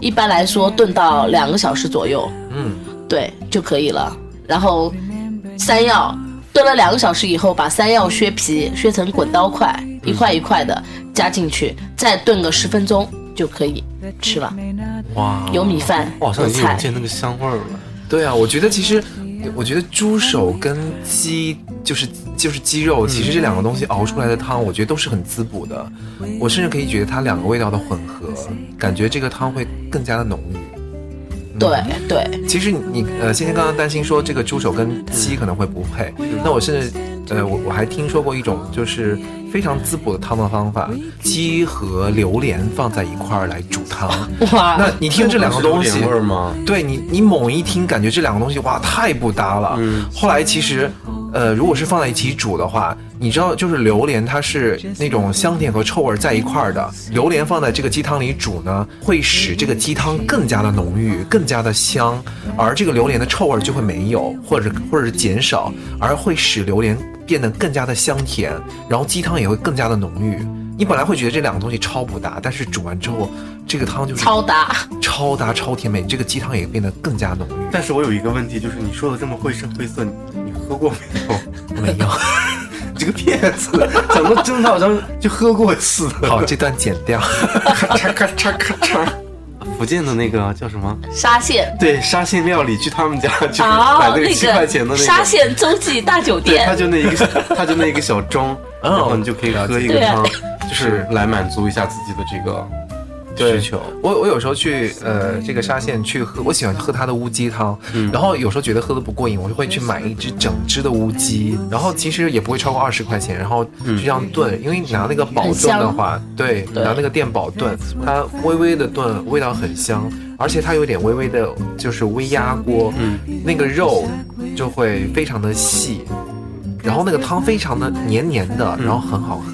Speaker 3: 一般来说炖到两个小时左右，
Speaker 1: 嗯，
Speaker 3: 对就可以了。然后山药炖了两个小时以后，把山药削皮削成滚刀块，一块一块的加进去，再炖个十分钟就可以吃了。
Speaker 2: 哇，
Speaker 3: 有米饭，
Speaker 2: 我好像
Speaker 3: 有
Speaker 2: 已经
Speaker 3: 菜
Speaker 2: 闻，见那个香味儿了。
Speaker 1: 对啊，我觉得其实，我觉得猪手跟鸡就是就是鸡肉，其实这两个东西熬出来的汤，我觉得都是很滋补的。我甚至可以觉得它两个味道的混合，感觉这个汤会更加的浓郁。嗯
Speaker 3: 对对。
Speaker 1: 其实你呃，先生刚刚担心说这个猪手跟鸡可能会不配，那我甚至呃，我我还听说过一种就是非常滋补的汤的方法，鸡和榴莲放在一块儿来煮汤。
Speaker 3: 哇
Speaker 1: 那你听这两个东
Speaker 2: 是
Speaker 1: 西
Speaker 2: 有点味儿吗？
Speaker 1: 对你，你猛一听感觉这两个东西哇太不搭了。
Speaker 2: 嗯
Speaker 1: 后来其实，呃，如果是放在一起煮的话，你知道，就是榴莲它是那种香甜和臭味儿在一块儿的。榴莲放在这个鸡汤里煮呢，会使这个鸡汤更加的浓郁，更加的香，而这个榴莲的臭味儿就会没有，或者或者是减少，而会使榴莲变得更加的香甜，然后鸡汤也会更加的浓郁。你本来会觉得这两个东西超不搭，但是煮完之后，这个汤就是
Speaker 3: 超搭。
Speaker 1: 超搭超甜美，这个鸡汤也变得更加浓郁。
Speaker 2: 但是我有一个问题，就是你说的这么绘声绘色，你你喝过没有？
Speaker 1: 没有，
Speaker 2: 这 个骗子，讲的真的好像就喝过似 的。
Speaker 1: 好，这段剪掉。
Speaker 2: 咔咔嚓咔嚓。福建的那个叫什么？
Speaker 3: 沙县
Speaker 2: 对，沙县料理，去他们家就是
Speaker 3: 哦，
Speaker 2: 买那个七块钱的那个。
Speaker 3: 沙县洲际大酒
Speaker 2: 对，他
Speaker 3: 店，
Speaker 2: 就那一个，他就那一个小盅，然后你就可以喝一个
Speaker 3: 对啊
Speaker 2: 汤，就是来满足一下自己的这个需求。
Speaker 1: 我我有时候去呃这个沙县去喝，我喜欢喝它的乌鸡汤，
Speaker 2: 嗯
Speaker 1: 然后有时候觉得喝的不过瘾，我就会去买一只整只的乌鸡，然后其实也不会超过二十块钱，然后
Speaker 2: 嗯
Speaker 1: 就这样炖，因为你拿那个煲炖的话，对，拿那个电煲炖，它微微的炖，味道很香，而且它有点微微的，就是微压锅，
Speaker 2: 嗯
Speaker 1: 那个肉就会非常的细，然后那个汤非常的黏黏的，然后很好喝，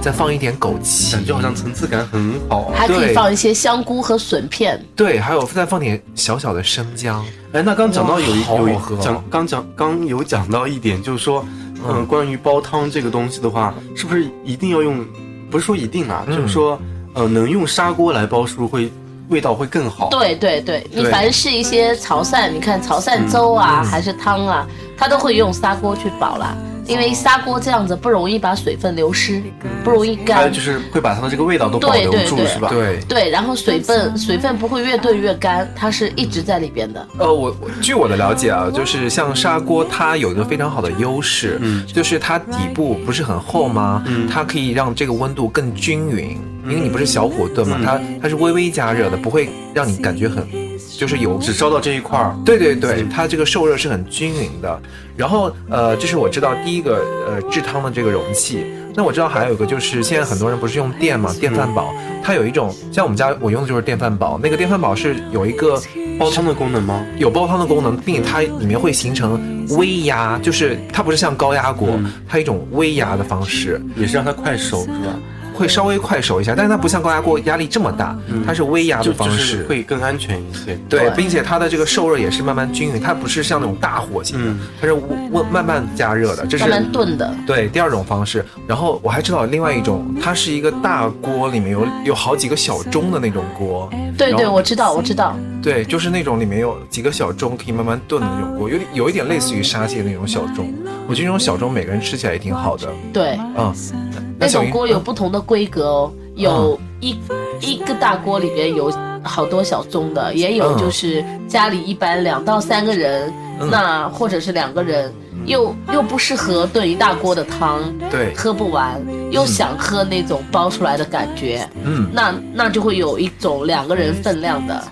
Speaker 1: 再放一点枸杞，
Speaker 2: 嗯感觉好像层次感很好啊。
Speaker 3: 还可以
Speaker 1: 对
Speaker 3: 放一些香菇和笋片。
Speaker 1: 对，还有再放点小小的生姜。
Speaker 2: 哎，那刚讲到有一
Speaker 1: 哇
Speaker 2: 有一
Speaker 1: 好好喝哦
Speaker 2: 讲刚讲刚有讲到一点，就是说，嗯，关于煲汤这个东西的话，是不是一定要用？不是说一定
Speaker 1: 嗯
Speaker 2: 啊，就是说，呃，能用砂锅来煲，是不是会味道会更好？
Speaker 3: 对对对，你
Speaker 1: 对
Speaker 3: 凡是一些潮汕，你看潮汕粥啊，
Speaker 2: 嗯
Speaker 3: 还是汤啊，它都会用砂锅去煲啦，因为砂锅这样子不容易把水分流失，不容易
Speaker 2: 还有
Speaker 3: 干。
Speaker 2: 就是会把它的这个味道都保
Speaker 3: 啊对
Speaker 2: 留
Speaker 3: 对
Speaker 2: 住，
Speaker 3: 对
Speaker 2: 是吧？
Speaker 1: 对，
Speaker 3: 对，然后水分水分不会越炖越干，它是一直在里边的。
Speaker 1: 呃，我我据我的了解啊，就是像砂锅，它有一个非常好的优势，嗯，就是它底部不是很厚吗？嗯，它可以让这个温度更均匀，因为你不是小火炖嘛，它它是微微加热的，不会让你感觉很就是油
Speaker 2: 只烧到这一块儿。
Speaker 1: 对对
Speaker 2: 嗯
Speaker 1: 对，它这个受热是很均匀的。然后呃，这是我知道第一个呃制汤的这个容器。那我知道还有一个就是现在很多人不是用电嘛，电饭煲，它有一种像我们家我用的就是电饭煲，那个电饭煲是有一个
Speaker 2: 煲汤的功能吗？
Speaker 1: 有煲汤的功能，并且它里面会形成微压，
Speaker 2: 嗯
Speaker 1: 就是它不是像高压锅，它一种微压的方式。
Speaker 2: 也是让它快熟，是吧？
Speaker 1: 会稍微快手一下，但是它不像高压锅压力这么大，它是微压
Speaker 2: 嗯就
Speaker 1: 的
Speaker 2: 就
Speaker 1: 方
Speaker 2: 是
Speaker 1: 式。
Speaker 2: 会更安全一些。
Speaker 1: 对，并且它的这个受热也是慢慢均匀，它不是像那种大火型的
Speaker 2: 嗯，
Speaker 1: 它是温慢慢加热的，这是
Speaker 3: 慢慢炖的，
Speaker 1: 对，第二种方式。然后我还知道另外一种，它是一个大锅，里面有有好几个小盅的那种锅。
Speaker 3: 对
Speaker 1: 然
Speaker 3: 对，
Speaker 1: 后
Speaker 3: 我知道我知道，
Speaker 1: 对，就是那种里面有几个小盅可以慢慢炖的那种锅，有点有一点类似于沙县的那种小盅。我觉得那种小盅每个人吃起来也挺好的。
Speaker 3: 对，
Speaker 1: 嗯，
Speaker 3: 那
Speaker 1: 小
Speaker 3: 种
Speaker 1: 云啊
Speaker 3: 锅有不同的规格哦，有一、一个大锅里边有好多小盅的，也有
Speaker 1: 嗯
Speaker 3: 就是家里一般两到三个人，
Speaker 1: 嗯
Speaker 3: 那或者是两个人，又又不适合炖一大锅的汤，
Speaker 1: 对，
Speaker 3: 喝不完，又想喝那种煲出来的感觉，
Speaker 1: 嗯
Speaker 3: 那那就会有一种两个人分量的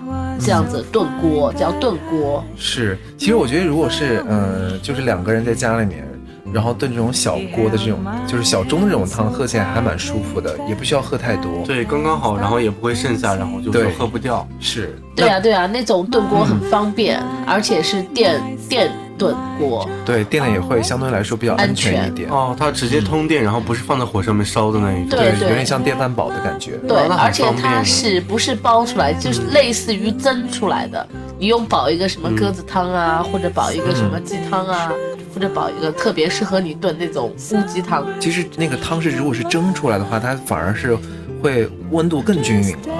Speaker 3: 这样子炖锅，叫炖锅，
Speaker 1: 是。其实我觉得，如果是嗯、呃就是两个人在家里面。然后炖这种小锅的这种，就是小盅的这种汤，喝起来还蛮舒服的，也不需要喝太多。，
Speaker 2: 对，刚刚好，然后也不会剩下，然后就
Speaker 1: 对
Speaker 2: 是喝不掉。
Speaker 1: 是，
Speaker 3: 对啊对啊，那种炖锅很方便，而且是电电炖锅，
Speaker 1: 对，电的也会相对来说比较安全一点。
Speaker 2: 哦，它直接通电，然后不是放在火上面烧的那一种。
Speaker 3: 对
Speaker 1: 有点像电饭煲的感觉。
Speaker 3: 对
Speaker 2: 哦，那很
Speaker 3: 而且
Speaker 2: 方便嗯
Speaker 3: 它
Speaker 2: 呢
Speaker 3: 是不是煲出来，就是类似于蒸出来的。你用煲一个什么
Speaker 2: 嗯
Speaker 3: 鸽子汤啊，或者煲一个什么鸡汤啊，或者煲一个特别适合你炖那种乌鸡汤。
Speaker 1: 其实那个汤是如果是蒸出来的话，它反而是会温度更均匀了，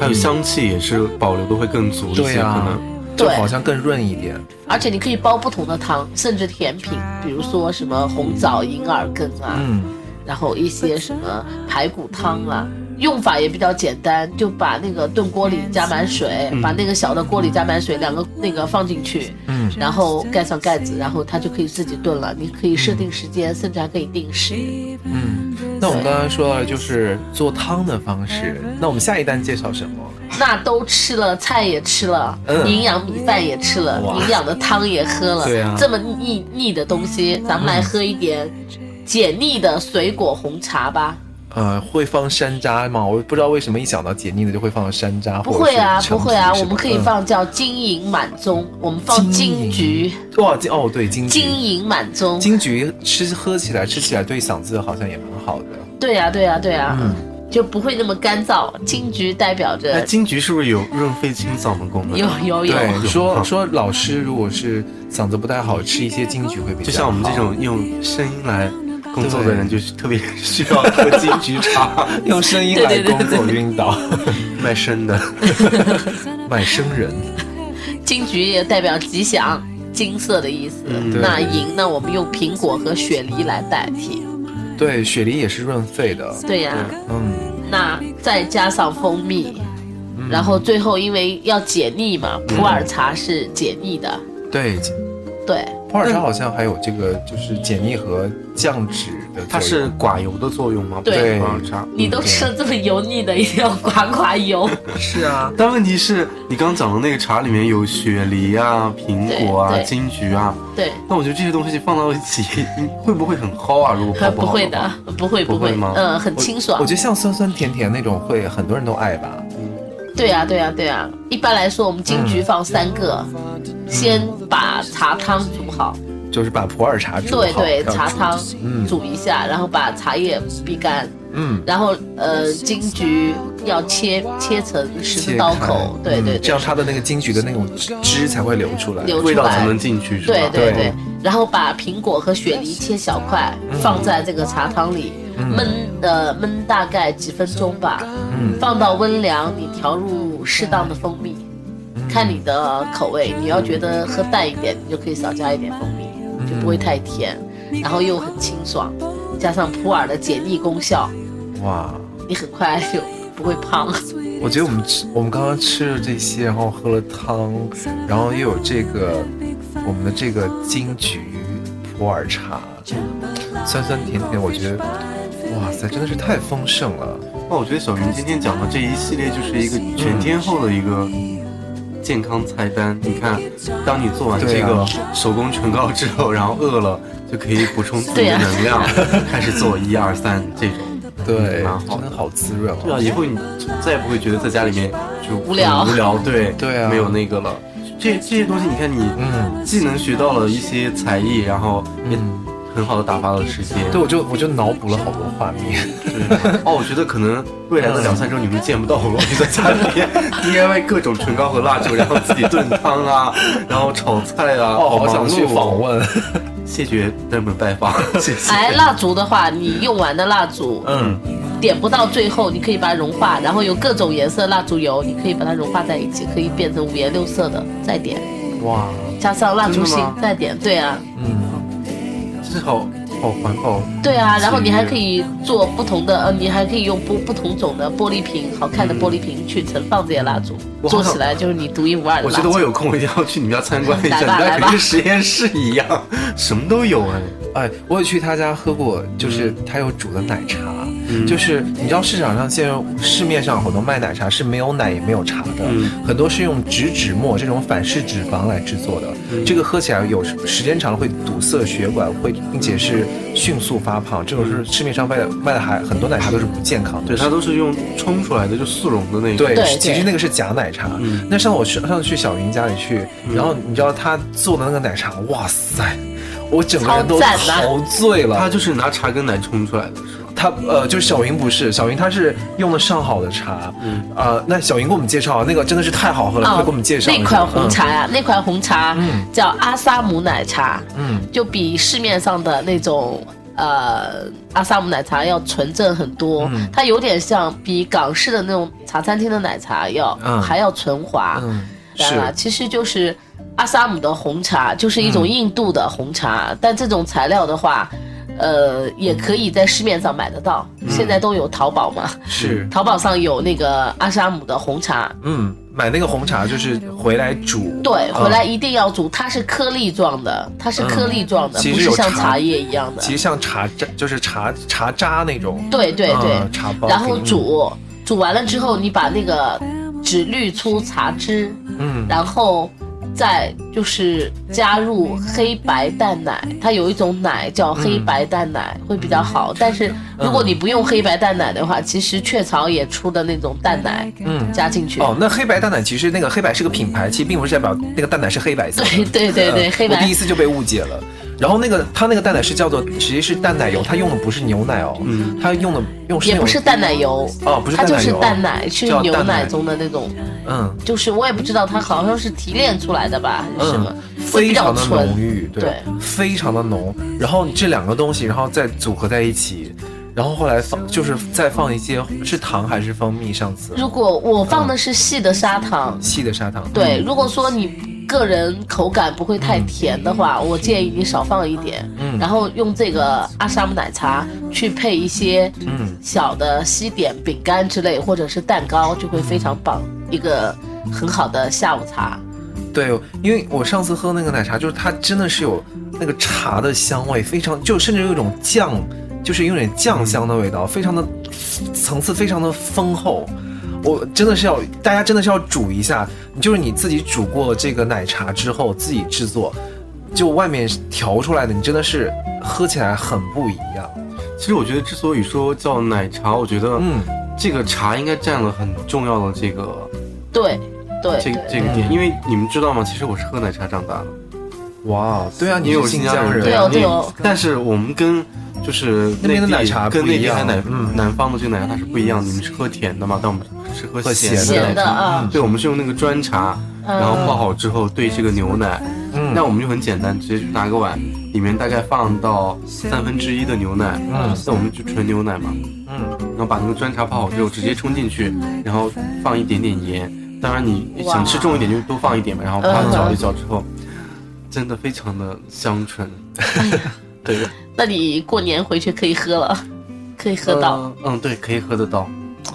Speaker 2: 还有香气也是保留的会更足一
Speaker 1: 嗯对
Speaker 2: 些，
Speaker 1: 啊
Speaker 2: 可能。
Speaker 1: 就
Speaker 3: 对
Speaker 1: 好像更润一点。
Speaker 3: 而且你可以煲不同的汤，甚至甜品，比如说什么红枣银耳羹啊，
Speaker 1: 嗯，
Speaker 3: 然后一些什么排骨汤啊，用法也比较简单，就把那个炖锅里加满水，把那个小的锅里加满水，两个那个放进去，
Speaker 1: 嗯，
Speaker 3: 然后盖上盖子，然后它就可以自己炖了。你可以设定时间，甚至还可以定时。
Speaker 1: 那我们刚刚说到的就是做汤的方式，那我们下一单介绍什么？
Speaker 3: 那都吃了，菜也吃了，
Speaker 1: 嗯
Speaker 3: 营养米饭也吃了，
Speaker 1: 哇
Speaker 3: 营养的汤也喝了，
Speaker 1: 对啊
Speaker 3: 这么腻腻的东西，咱们来喝一点解腻的水果红茶吧。
Speaker 1: 呃，会放山楂吗？我不知道为什么一想到解腻的就会放山楂。
Speaker 3: 不会啊，不会啊，我们可以
Speaker 1: 嗯
Speaker 3: 放叫金银满宗，我们放金桔，
Speaker 1: 哇，金哦对，金桔
Speaker 3: 金银满宗。
Speaker 1: 金桔吃喝起来吃起来对嗓子好像也蛮好的。
Speaker 3: 对呀、对呀、啊对呀、
Speaker 1: 嗯
Speaker 3: 就不会那么干燥。金桔代表
Speaker 2: 哎，
Speaker 3: 着
Speaker 2: 金桔是不是有润肺清嗓的功能？
Speaker 3: 有有有，
Speaker 1: 对，
Speaker 2: 有
Speaker 1: 说
Speaker 2: 嗯
Speaker 1: 说老师如果是嗓子不太好，吃一些金桔会比较好。
Speaker 2: 就像我们这种用声音来工作的人，就是特别需要喝金 桔茶，
Speaker 1: 用声 音来工作晕倒，
Speaker 2: 卖身的。
Speaker 1: 卖生人。
Speaker 3: 金桔也代表吉祥、金色的意思。
Speaker 2: 嗯
Speaker 3: 那银呢，我们用苹果和雪梨来代替。
Speaker 1: 对，雪梨也是润肺的。
Speaker 3: 对呀、
Speaker 1: 嗯，
Speaker 3: 那再加上蜂蜜，然后最后因为要解腻嘛，
Speaker 1: 嗯
Speaker 3: 普洱茶是解腻的，
Speaker 1: 对，
Speaker 3: 对。
Speaker 1: 普洱茶好像还有这个就是解腻和降脂的作用。
Speaker 2: 它是寡油的作用吗？
Speaker 3: 对
Speaker 2: 不是茶。嗯
Speaker 3: 你都吃了这么油腻的，一定要刮刮油。
Speaker 2: 是啊，但问题是，你刚讲的那个茶里面有雪梨啊、苹果啊、
Speaker 3: 对对
Speaker 2: 金桔啊，
Speaker 3: 对，
Speaker 2: 那我觉得这些东西放到一起， 会不会很齁啊？如果泡
Speaker 3: 呃，
Speaker 2: 不
Speaker 3: 不
Speaker 2: 好
Speaker 3: 会
Speaker 2: 话
Speaker 3: 的，不会
Speaker 2: 不会
Speaker 3: 会
Speaker 2: 吗，
Speaker 3: 嗯，很清爽
Speaker 1: 我觉。得像酸酸甜甜那种会很多人都爱吧。
Speaker 3: 对呀，对啊呀，对呀。一般来说，我们金桔放三个，
Speaker 1: 嗯
Speaker 3: 先把茶汤煮好，
Speaker 1: 就是把普洱茶煮好，
Speaker 3: 对对，
Speaker 1: 要煮
Speaker 3: 茶汤
Speaker 1: 嗯
Speaker 3: 煮一下，然后把茶叶沥干，
Speaker 1: 嗯，
Speaker 3: 然后呃，金桔要切切成十字
Speaker 1: 切
Speaker 3: 刀
Speaker 1: 开
Speaker 3: 口，对
Speaker 1: 嗯
Speaker 3: 对
Speaker 1: 这
Speaker 3: 对
Speaker 1: 样，它的那个金桔的那种汁才会流出来。
Speaker 3: 流出
Speaker 2: 味道才
Speaker 3: 来
Speaker 2: 能。进去，是吧？嗯
Speaker 3: 对对
Speaker 1: 对
Speaker 3: 对，然后把苹果和雪梨切小块，放在这个茶汤里
Speaker 2: 嗯
Speaker 3: 焖呃焖大概几分钟吧，放到温凉，你调入适当的蜂蜜，
Speaker 2: 嗯
Speaker 3: 看你的口味，你要觉得喝淡一点，你就可以少加一点蜂
Speaker 2: 嗯
Speaker 3: 蜜，就不会太甜，然后又很清爽，加上普洱的解腻功效，
Speaker 1: 哇，
Speaker 3: 你很快就不会胖。
Speaker 1: 我觉得我们吃，我们刚刚吃了这些，然后喝了汤，然后又有这个我们的这个金桔普洱茶，嗯酸酸甜甜，我觉得，哇塞，真的是太丰盛了。
Speaker 2: 那我觉得小云今天讲的这一系列就是一个全天候的一个健康菜单。你看，当你做完
Speaker 1: 对
Speaker 2: 这
Speaker 1: 啊
Speaker 2: 个手工唇膏之后，然后饿了就可以补充自己
Speaker 3: 对
Speaker 2: 的
Speaker 3: 啊
Speaker 2: 能量，开始做一二三这种。
Speaker 3: 嗯
Speaker 1: 对，
Speaker 2: 蛮好
Speaker 1: 真的好滋润
Speaker 2: 对啊，
Speaker 1: 哦。
Speaker 2: 以后你再也不会觉得在家里面就
Speaker 3: 无聊
Speaker 2: 无聊，对
Speaker 1: 对啊
Speaker 2: 没有那个了。这这些东西，你看你，
Speaker 1: 嗯
Speaker 2: 既能学到了一些才艺，然后也很好的打发了时间。
Speaker 1: 对，我就我就脑补了好多画面，
Speaker 2: 哦，我觉得可能未来的两三周你们见不到我，你在家里面 DIY 各种唇膏和蜡烛，然后自己炖汤啊，然后炒菜啊，
Speaker 1: 哦，好
Speaker 2: 忙
Speaker 1: 想去
Speaker 2: 碌
Speaker 1: 访，问。
Speaker 2: 谢绝登门拜访，谢谢。
Speaker 3: 哎，蜡烛的话，你用完的蜡烛，
Speaker 2: 嗯，
Speaker 3: 点不到最后，你可以把它融化，然后有各种颜色蜡烛油，你可以把它融化在一起，可以变成五颜六色的，再点，
Speaker 2: 哇，
Speaker 3: 加上蜡烛
Speaker 2: 真的
Speaker 3: 芯
Speaker 2: 吗
Speaker 3: 再点，对啊，
Speaker 2: 这是好好哦环保，
Speaker 3: 对啊，然后你
Speaker 2: 是
Speaker 3: 还可以做不同的，呃，你还可以用不不同种的玻璃瓶，好看
Speaker 2: 嗯
Speaker 3: 的玻璃瓶去盛放这些蜡烛，
Speaker 2: 我好
Speaker 3: 做
Speaker 2: 想
Speaker 3: 起来就是你独一无二的
Speaker 2: 我
Speaker 3: 蜡
Speaker 2: 觉得
Speaker 3: 烛
Speaker 2: 我。有空我一定要去你们家参观一下，
Speaker 3: 来
Speaker 2: 你
Speaker 3: 吧
Speaker 2: 家
Speaker 3: 来
Speaker 2: 跟
Speaker 3: 吧
Speaker 2: 个实验室一样，什么都有哎。
Speaker 1: 哎，我也去他家喝过，
Speaker 2: 嗯
Speaker 1: 就是他有煮的奶茶，就是你知道市场上现在市面上好多卖奶茶是没有奶也没有茶的，
Speaker 2: 嗯
Speaker 1: 很多是用植脂末这种反式脂肪来制作的，
Speaker 2: 嗯
Speaker 1: 这个喝起来有时间长了会堵塞血管，会并且是迅速发胖，这种
Speaker 2: 嗯
Speaker 1: 是市面上卖的卖的还很多奶茶都是不健康的，
Speaker 2: 对，它都是用冲出来的，就速溶的那种。
Speaker 1: 对，
Speaker 3: 对
Speaker 1: 是其
Speaker 3: 对
Speaker 1: 实那个是假奶茶。
Speaker 2: 嗯
Speaker 1: 那上我去上次去小云家里去，然后你知道他做的那个奶茶，哇塞，我整个人都
Speaker 3: 超赞的
Speaker 1: 陶醉了。
Speaker 2: 它就是拿茶跟奶冲出来的，是吧？
Speaker 1: 他呃，就是小云不是小云，他是用了上好的茶，嗯，呃，那小云给我们介绍那个真的是太好喝了，快、给我们介绍一下啊
Speaker 3: 哦那款红茶，呀、那款红茶
Speaker 1: 嗯
Speaker 3: 叫阿萨姆奶茶，
Speaker 1: 嗯
Speaker 3: 就比市面上的那种呃阿萨姆奶茶要纯正很多，
Speaker 1: 嗯
Speaker 3: 它有点像比港式的那种茶餐厅的奶茶要、
Speaker 1: 嗯
Speaker 3: 还要纯滑。
Speaker 1: 嗯嗯，
Speaker 3: 当然了，
Speaker 1: 是
Speaker 3: 其实就是阿萨姆的红茶，就是一种印度的红茶，
Speaker 1: 嗯
Speaker 3: 但这种材料的话。呃，也可以在市面上买得到，
Speaker 1: 嗯
Speaker 3: 现在都有淘宝嘛，
Speaker 2: 嗯
Speaker 1: 是，
Speaker 3: 淘宝上有那个阿萨姆的红茶，
Speaker 1: 嗯，买那个红茶就是回来煮，
Speaker 3: 对，
Speaker 1: 嗯
Speaker 3: 回来一定要煮，它是颗粒状的，它是颗粒状
Speaker 1: 嗯
Speaker 3: 的，
Speaker 1: 其
Speaker 3: 不
Speaker 1: 实
Speaker 3: 是
Speaker 1: 有
Speaker 3: 像
Speaker 1: 茶
Speaker 3: 茶叶一样的。
Speaker 1: 其实像茶渣就是茶茶渣那种，
Speaker 3: 对对对，
Speaker 1: 嗯茶包
Speaker 3: 然后
Speaker 1: 嗯
Speaker 3: 煮，煮完了之后，你把那个只滤出茶汁，
Speaker 1: 嗯
Speaker 3: 然后再就是加入黑白淡奶，它有一种奶叫黑白淡奶、
Speaker 1: 嗯
Speaker 3: 会比较好，但是如果你不用黑白淡奶的话，其实雀巢也出的那种淡奶，
Speaker 1: 嗯
Speaker 3: 加进去。
Speaker 1: 哦，那黑白蛋奶其实那个黑白是个品牌，其实并不是代表那个蛋奶是黑白色的。
Speaker 3: 对对对对，
Speaker 1: 嗯
Speaker 3: 黑
Speaker 1: 我第
Speaker 3: 白
Speaker 1: 一次就被误解了。然后那个它那个蛋奶是叫做，其实是淡奶油，它用的不是牛奶哦，
Speaker 2: 嗯
Speaker 1: 它用的用是
Speaker 3: 也
Speaker 1: 那
Speaker 3: 不
Speaker 1: 种
Speaker 3: 是淡奶油，
Speaker 1: 哦，不是
Speaker 3: 它
Speaker 1: 淡
Speaker 3: 就
Speaker 1: 奶
Speaker 3: 是
Speaker 1: 油，哦
Speaker 3: 淡奶，是
Speaker 1: 叫
Speaker 3: 牛
Speaker 1: 淡奶
Speaker 3: 奶中的那种，
Speaker 1: 嗯
Speaker 3: 就是我也不知道它好像是提炼出来的吧，还是什么
Speaker 1: 嗯，，
Speaker 3: 会比
Speaker 1: 非
Speaker 3: 较
Speaker 1: 常的浓
Speaker 3: 纯。
Speaker 1: 郁，对，
Speaker 3: 对
Speaker 1: 非常的浓。然后这两个东西，然后再组合在一起，然后后来放就是再放一些是糖还是蜂蜜？上次
Speaker 3: 如果我放的是细的砂糖，
Speaker 1: 细的砂糖，
Speaker 3: 对，如果说你个人口感不会太甜的话，我建议你少放一点，
Speaker 1: 嗯
Speaker 3: 然后用这个阿萨姆奶茶去配一些
Speaker 1: 嗯
Speaker 3: 小的西点、饼干之类，或者是蛋糕，就会非常棒，一个很好的下午茶。
Speaker 1: 对，因为我上次喝那个奶茶，就是它真的是有那个茶的香味，非常就甚至有一种酱，就是有点酱香的味道，非常的层次非常的丰厚。我真的是要，大家真的是要煮一下，就是你自己煮过这个奶茶之后自己制作，就外面调出来的，你真的是喝起来很不一样。
Speaker 2: 其实我觉得，之所以说叫奶茶，我觉得，
Speaker 1: 嗯，
Speaker 2: 这个茶应该占了很重要的这个
Speaker 3: 对，对，
Speaker 2: 这
Speaker 3: 对
Speaker 2: 个这个点，因为你们知道吗？其实我是喝奶茶长大的，
Speaker 1: 哇，对啊，你
Speaker 2: 因为我
Speaker 1: 是
Speaker 2: 是
Speaker 1: 新
Speaker 2: 新
Speaker 1: 疆
Speaker 2: 疆
Speaker 1: 人，
Speaker 2: 人，
Speaker 3: 对哦对哦
Speaker 2: 因为啊但是我们跟就是
Speaker 1: 那边的
Speaker 2: 内地
Speaker 1: 奶茶
Speaker 2: 跟
Speaker 1: 不一
Speaker 2: 内地
Speaker 1: 样
Speaker 2: 还南
Speaker 1: 嗯
Speaker 2: 南方的这个奶茶它是不一样的，你们是喝甜的嘛，但我们是喝
Speaker 1: 喝
Speaker 2: 咸
Speaker 1: 咸的
Speaker 2: 的
Speaker 1: 嗯
Speaker 2: 奶
Speaker 3: 咸的
Speaker 2: 茶。
Speaker 3: 啊，嗯
Speaker 2: 对，我们是用那个砖茶，然后泡好之后兑这个牛奶，
Speaker 1: 嗯
Speaker 2: 那我们就很简单，直接去拿个碗，里面大概放到三分之一的牛奶，
Speaker 1: 嗯
Speaker 2: 那我们就纯牛奶嘛，
Speaker 1: 嗯
Speaker 2: 然后把那个砖茶泡好之后直接冲进去，然后放一点点盐，当然你想吃重一点就多放一点嘛，
Speaker 1: 嗯
Speaker 2: 然后把它搅一搅之后，真的非常的香醇。对，
Speaker 3: 那你过年回去可以喝了，可以喝到、
Speaker 2: 嗯，嗯，对，可以喝得到，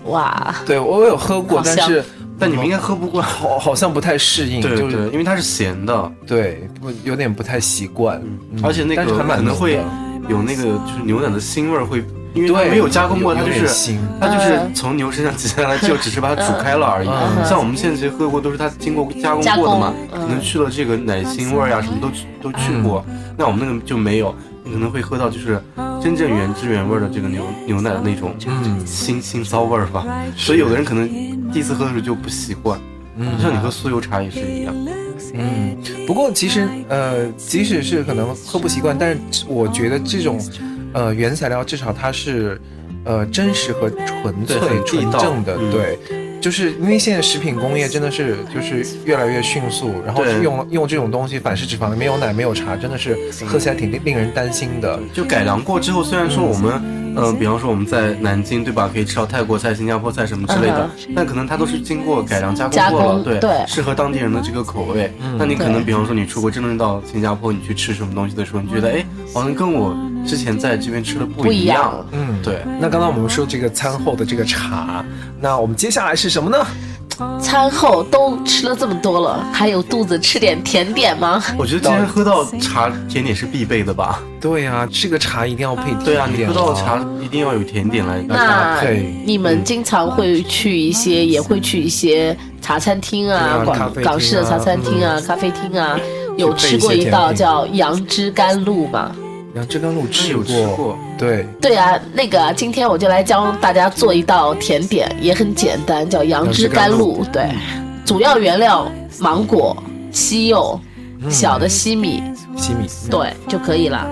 Speaker 1: 呃
Speaker 3: 哇！
Speaker 1: 对我有喝过，
Speaker 3: 好
Speaker 1: 但
Speaker 3: 香
Speaker 1: 是
Speaker 2: 但你们应该喝不惯。
Speaker 1: 好好像不太适应，
Speaker 2: 对
Speaker 1: 嗯就是
Speaker 2: 对，因为它是咸的，
Speaker 1: 对，不有点不太习惯，嗯
Speaker 2: 而且那
Speaker 1: 但
Speaker 2: 个
Speaker 1: 是还蛮
Speaker 2: 可能
Speaker 1: 浓
Speaker 2: 会
Speaker 1: 的
Speaker 2: 有那个就是牛奶的腥味儿会，因为它
Speaker 1: 对
Speaker 2: 没有加工过，
Speaker 1: 有
Speaker 2: 它就
Speaker 1: 有点
Speaker 2: 是
Speaker 1: 腥
Speaker 2: 它就是
Speaker 3: 嗯
Speaker 2: 从牛身上挤下来，就只是把它煮开了而已。
Speaker 1: 嗯
Speaker 2: 像我们现在这些喝过都是它经过加工
Speaker 3: 加
Speaker 2: 过的嘛，
Speaker 3: 工
Speaker 2: 可
Speaker 3: 嗯
Speaker 2: 能去了这个奶腥味儿呀什么都去都
Speaker 1: 嗯
Speaker 2: 去过，那我们那个就没有，你可能会喝到就是真正原汁原味儿的这个牛牛奶的那种
Speaker 1: 嗯
Speaker 2: 腥腥骚味儿吧。
Speaker 1: 嗯
Speaker 2: 所以有的人可能第一次喝的时候就不习惯，就像你喝酥油茶也是一样。
Speaker 1: 不过其实呃，即使是可能喝不习惯，但是我觉得这种呃原材料至少它是呃真实和纯粹
Speaker 2: 对、很地
Speaker 1: 纯
Speaker 2: 道
Speaker 1: 正的，
Speaker 2: 嗯
Speaker 1: 对。就是因为现在食品工业真的是就是越来越迅速，然后
Speaker 2: 对
Speaker 1: 用用这种东西反式脂肪，没有奶没有茶，真的是喝起来挺令令人担心的。
Speaker 2: 就改良过之后，虽然说我们，嗯、比方说我们在南京，对吧，可以吃到泰国菜、新加坡菜什么之类的，但可能它都是经过改良加
Speaker 3: 嗯加
Speaker 2: 工过了，
Speaker 3: 工
Speaker 2: 对，
Speaker 3: 对
Speaker 2: 适合当地人的这个口味。那你可能，比方说你出国真正到新加坡，你去吃什么东西的时候，你觉
Speaker 3: 嗯
Speaker 2: 得，哎，好像跟我之前在这边吃的不
Speaker 3: 不一
Speaker 2: 一
Speaker 3: 样
Speaker 2: 样。
Speaker 1: 嗯，
Speaker 2: 对，
Speaker 1: 那刚刚我们说这个餐后的这个茶，那我们接下来是什么呢？
Speaker 3: 餐后都吃了这么多了，还有肚子吃点甜点吗？
Speaker 2: 我觉得既然喝到茶，甜点是必备的吧？
Speaker 3: 嗯
Speaker 1: 对呀、这个茶一定要配甜点、
Speaker 2: 对啊，你喝到茶一定要有甜点来搭
Speaker 3: 那
Speaker 2: 配。
Speaker 1: 对
Speaker 3: 你们经常会去一些，也会去一些茶餐厅啊，
Speaker 1: 对啊咖
Speaker 3: 广
Speaker 1: 啡厅啊
Speaker 3: 港式的茶餐厅啊、咖啡厅啊，有吃过一道叫杨枝甘露吗？
Speaker 1: 杨枝甘露
Speaker 2: 是
Speaker 1: 吃
Speaker 2: 有
Speaker 1: 过，
Speaker 2: 吃过，
Speaker 1: 对，
Speaker 3: 对啊，那个啊今天我就来教大家做一道甜点，也很简单，叫杨枝甘露。对，主要原料芒果、西柚、小的西米，
Speaker 1: 西米，
Speaker 3: 对就可以了。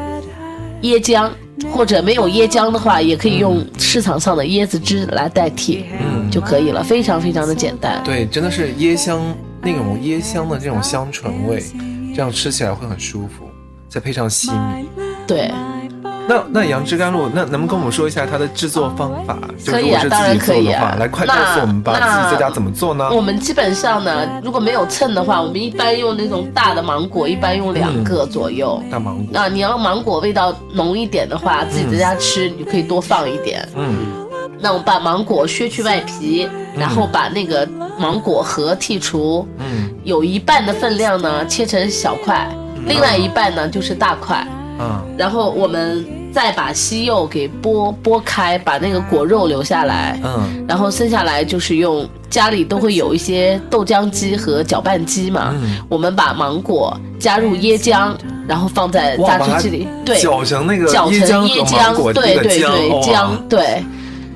Speaker 3: 椰浆或者没有椰浆的话，也可以用市场上的椰子汁来代替，
Speaker 1: 嗯，
Speaker 3: 就可以了，非常非常的简单。
Speaker 1: 对，真的是椰香那种椰香的这种香醇味，这样吃起来会很舒服，再配上西米。
Speaker 3: 对，
Speaker 1: 那那杨枝甘露，那能不能跟我们说一下它的制作方法？就
Speaker 3: 可
Speaker 1: 如
Speaker 3: 以
Speaker 1: 果
Speaker 3: 啊
Speaker 1: 是
Speaker 3: 当
Speaker 1: 自
Speaker 3: 然
Speaker 1: 己
Speaker 3: 可
Speaker 1: 做
Speaker 3: 以
Speaker 1: 的话，
Speaker 3: 啊
Speaker 1: 来快告
Speaker 3: 那
Speaker 1: 诉我们吧，
Speaker 3: 那
Speaker 1: 自己在家怎么做呢？
Speaker 3: 我们基本上呢，如果没有秤的话，我们一般用那种大的芒果，一般用两个左右。
Speaker 1: 大芒果，
Speaker 3: 啊，你要芒果味道浓一点的话，自己在家吃你就可以多放一点。
Speaker 1: 嗯
Speaker 3: 那我们把芒果削去外皮，然后把那个芒果核剔除，
Speaker 1: 嗯
Speaker 3: 有一半的分量呢切成小块，另外一半呢就是大块。
Speaker 1: 啊，
Speaker 3: 然后我们再把西柚给剥剥开，把那个果肉留下来。
Speaker 1: 嗯
Speaker 3: 然后剩下来就是用家里都会有一些豆浆机和搅拌机嘛，
Speaker 1: 嗯
Speaker 3: 我们把芒果加入椰浆，然后放在
Speaker 1: 哇，
Speaker 3: 榨
Speaker 1: 把
Speaker 3: 汁
Speaker 1: 它
Speaker 3: 机里，对，
Speaker 1: 搅成那个
Speaker 3: 搅成
Speaker 1: 浆和
Speaker 3: 椰
Speaker 1: 芒果的
Speaker 3: 对
Speaker 1: 那个
Speaker 3: 对对，
Speaker 1: 浆，哇
Speaker 3: 浆对，